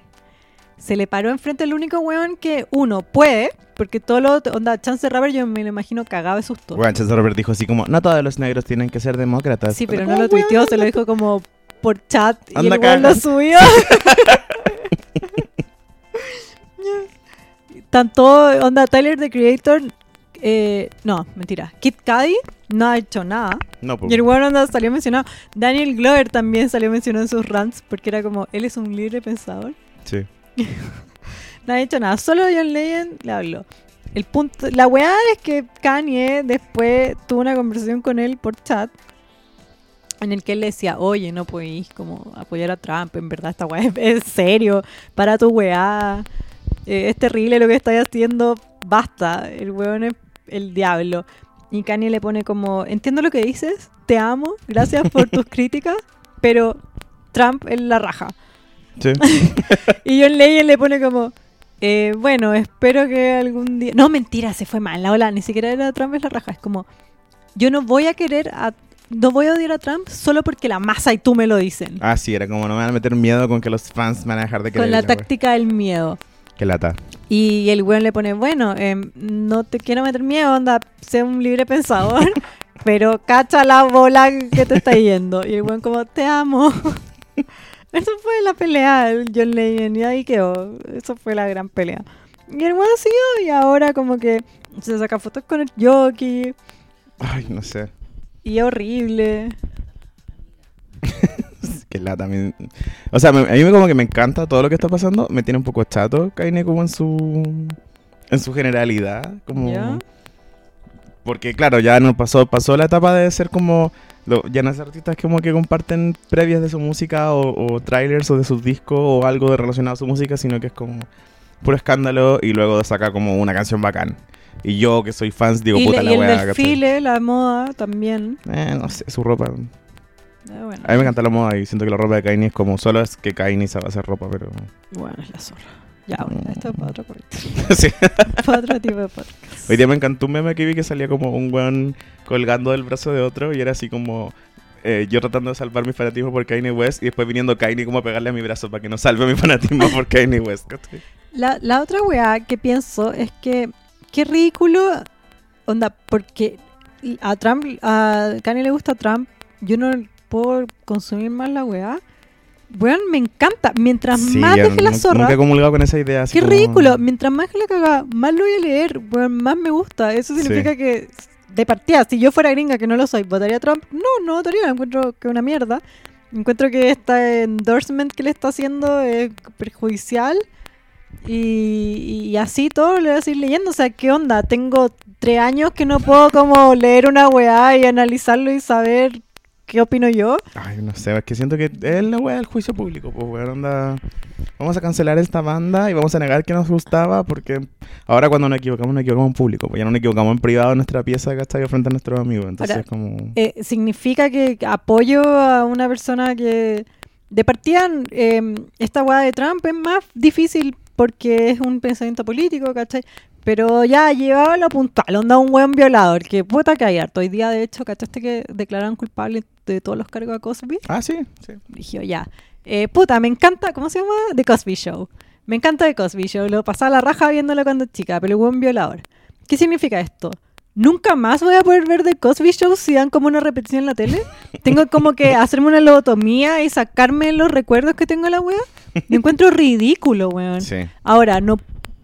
A: Se le paró enfrente el único weón que uno puede, porque todo lo otro- onda, Chance Rapper yo me lo imagino cagado de susto.
B: Bueno, Chester Robert dijo así como, no todos los negros tienen que ser demócratas.
A: Sí, pero
B: Como,
A: no lo
B: "Weón,
A: tuiteó, se lo dijo como por chat y
B: Anda
A: el weón lo
B: caga.
A: subió. Tanto, onda, Tyler the Creator, eh, no, mentira, Kid Cudi no ha hecho nada.
B: No, pues.
A: Y el weón onda salió mencionado. Daniel Glover también salió mencionado en sus rants porque era como, él es un libre pensador.
B: Sí.
A: No ha hecho nada, solo John Legend le habló. El punto, la weá es que Kanye después tuvo una conversación con él por chat en el que él le decía, oye, no podéis como apoyar a Trump, en verdad esta weá es, es serio, para tu weá, eh, es terrible lo que estáis haciendo, basta, el weón es el diablo. Y Kanye le pone como, entiendo lo que dices, te amo, gracias por tus críticas, pero Trump es la raja.
B: Sí.
A: Y John Legend le pone como, eh, bueno, espero que algún día... No, mentira, se fue mal la ola, ni siquiera era Trump es la raja, es como, yo no voy a querer a... No voy a odiar a Trump solo porque la masa y tú me lo dicen.
B: Ah, sí, era como no me van a meter miedo con que los fans me van a dejar de querer.
A: con la
B: wea".
A: táctica del miedo.
B: Qué lata.
A: Y el weón le pone, bueno, em, no te quiero meter miedo, onda, sé un libre pensador. pero cacha la bola que te está yendo. Y el weón como, te amo. Eso fue la pelea del John Legend y ahí quedó. Eso fue la gran pelea. Y el weón siguió y ahora como que se saca fotos con el jockey
B: Ay, no sé.
A: y es horrible.
B: Que lata. a mí- O sea, me- a mí me como que me encanta todo lo que está pasando. Me tiene un poco chato Kaine como en su... En su generalidad. Como...
A: ¿Ya?
B: Porque claro, ya nos pasó, pasó la etapa de ser como... lo- ya no es artistas como que comparten previas de su música o, o trailers o de sus discos o algo de relacionado a su música, sino que es como puro escándalo y luego saca como una canción bacán. Y yo que soy fans digo,
A: y
B: puta
A: le-
B: la
A: y el
B: weá, ¿cachai?
A: desfile, la moda también.
B: Eh, no sé, su ropa.
A: Ah, bueno.
B: A mí me encanta la moda y siento que la ropa de Kanye es como solo es que Kanye sabe hacer ropa, pero.
A: Bueno, es la zorra. Ya,
B: Mm.
A: bueno, esto es para otro, podcast.
B: Sí.
A: para otro tipo de podcast.
B: Hoy día me encantó un meme que vi que salía como un weón colgando del brazo de otro y era así como eh, yo tratando de salvar mi fanatismo por Kanye West y después viniendo Kanye como a pegarle a mi brazo para que no salve mi fanatismo por Kanye West. ¿cachai?
A: La, la otra weá que pienso es que qué ridículo, onda, porque a Trump, a Kanye le gusta Trump, yo no puedo consumir más la weá. Weón, me encanta. Mientras
B: Sí,
A: más
B: yo
A: deje la
B: nu-
A: zorra,
B: Nunca he comulgado con esa idea. así
A: qué
B: como-
A: ridículo. Mientras más la caga, más lo voy a leer, weón, más me gusta. Eso significa que, de partida, si yo fuera gringa, que no lo soy, ¿votaría a Trump? No, no votaría, encuentro que una mierda. Encuentro que este endorsement que le está haciendo es perjudicial. Y, y así todo le voy a seguir leyendo. O sea, ¿qué onda? Tengo tres años que no puedo como leer una weá y analizarlo y saber qué opino yo.
B: Ay, no sé, es que siento que es la weá del juicio público, pues weón, onda. Vamos a cancelar esta banda y vamos a negar que nos gustaba porque ahora cuando nos equivocamos, nos equivocamos en público, pues ya no nos equivocamos en privado en nuestra pieza, ¿cachai? O Frente a nuestros amigos, entonces
A: Ahora,
B: es como...
A: Eh, significa que apoyo a una persona que de partida eh, esta guada de Trump es más difícil porque es un pensamiento político, ¿cachai? Pero ya llevaba lo puntual, onda un buen violador, que puta que hay harto. Hoy día, de hecho, ¿cachaste que declararon culpable de todos los cargos a Cosby?
B: Ah, sí, sí.
A: Dije, ya. Eh, puta, me encanta, ¿cómo se llama? The Cosby Show. Me encanta The Cosby Show. Lo pasaba la raja viéndolo cuando chica, pero hubo un violador. ¿Qué significa esto? ¿Nunca más voy a poder ver The Cosby Show si dan como una repetición en la tele? ¿Tengo como que hacerme una lobotomía y sacarme los recuerdos que tengo de la wea? Me encuentro ridículo, weón.
B: Sí.
A: Ahora, no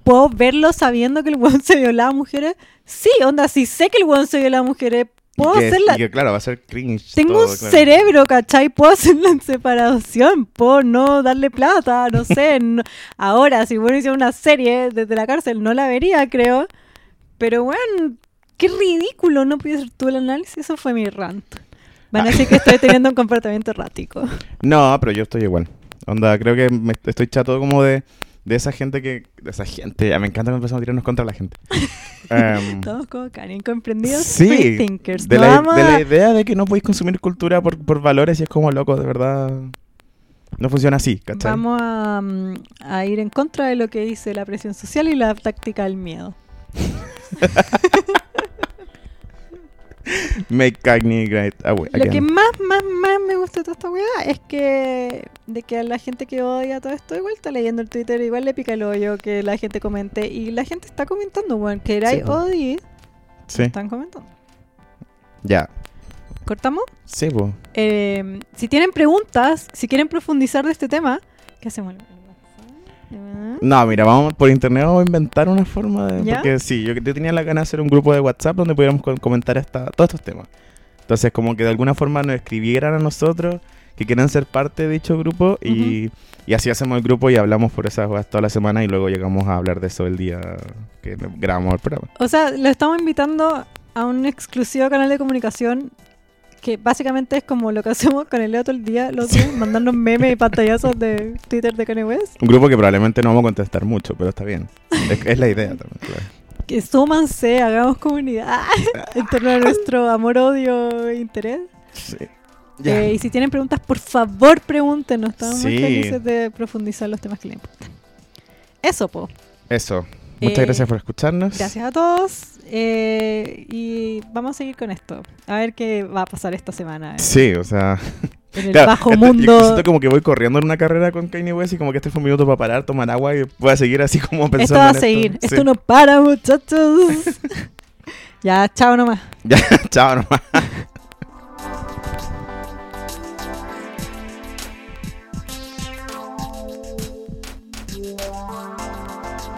A: puedo verlo sabiendo que el weón se violaba a mujeres. Sí, onda, si sé que el weón se violaba a mujeres, puedo
B: Y que-
A: hacer la,
B: y que, claro, va a ser cringe.
A: tengo
B: Pues todo,
A: un
B: claro.
A: cerebro, ¿cachai? Puedo hacerlo en separación, puedo no darle plata, no sé. no- Ahora, si bueno hiciera una serie desde la cárcel, no la vería, creo. Pero, bueno, qué ridículo, no pude hacer tú el análisis. Eso fue mi rant. Van a decir que estoy teniendo un comportamiento errático.
B: No, pero yo estoy igual. Onda, creo que me- estoy chato como de, de esa gente que... De esa gente, ya me encanta cuando empezamos a tirarnos contra la gente. Em,
A: Estamos como Karen, comprendidos
B: sí,
A: free thinkers.
B: de
A: No
B: la, e-
A: vamos
B: de la
A: a-
B: idea de que no podéis consumir cultura por, por valores y es como loco, de verdad. No funciona así, ¿cachai?
A: Vamos a, mm, a ir en contra de lo que dice la presión social y la táctica del miedo.
B: Make Cagney great away
A: Lo que
B: again.
A: más, más, más me gusta de toda esta weá es que de que a la gente que odia todo esto igual está leyendo el Twitter, igual le pica el hoyo que la gente comente y la gente está comentando, weón, que era
B: Sí, po.
A: odie,
B: Sí,
A: están comentando.
B: ya.
A: Cortamos.
B: Sí, po.
A: Eh, si tienen preguntas, si quieren profundizar de este tema, ¿qué hacemos? ¿El WhatsApp?
B: No, mira, vamos por internet vamos a inventar una forma de...
A: ¿Ya?
B: Porque sí, yo, yo tenía la gana de hacer un grupo de WhatsApp donde pudiéramos co- comentar hasta todos estos temas. Entonces, como que de alguna forma nos escribieran a nosotros que quieran ser parte de dicho grupo y, y así hacemos el grupo y hablamos por esas cosas toda la semana y luego llegamos a hablar de eso el día que grabamos el programa.
A: O sea, lo estamos invitando a un exclusivo canal de comunicación que básicamente es como lo que hacemos con el Leo todo el día, los días, mandarnos memes y pantallazos de Twitter de Kanye West.
B: Un grupo que probablemente no vamos a contestar mucho, pero está bien. Es, es la idea también. claro.
A: que súmanse, hagamos comunidad en torno a nuestro amor, odio e interés.
B: Sí. Ya.
A: Eh, y si tienen preguntas, por favor pregúntenos. Estamos muy
B: Sí.
A: felices de profundizar los temas que les importan. Eso, po.
B: Eso. Muchas
A: eh,
B: gracias por escucharnos.
A: Gracias a todos. eh, y vamos a seguir con esto. A ver qué va a pasar esta semana en-
B: Sí, o sea...
A: en el
B: Claro,
A: bajo
B: este- Yo
A: mundo.
B: siento como que voy corriendo en una carrera con Kanye West y como que este fue un minuto para parar, tomar agua y voy a seguir así como pensando.
A: Esto va a
B: en
A: seguir. Esto
B: Sí.
A: no para, muchachos. ya, chao nomás.
B: Ya, chao nomás.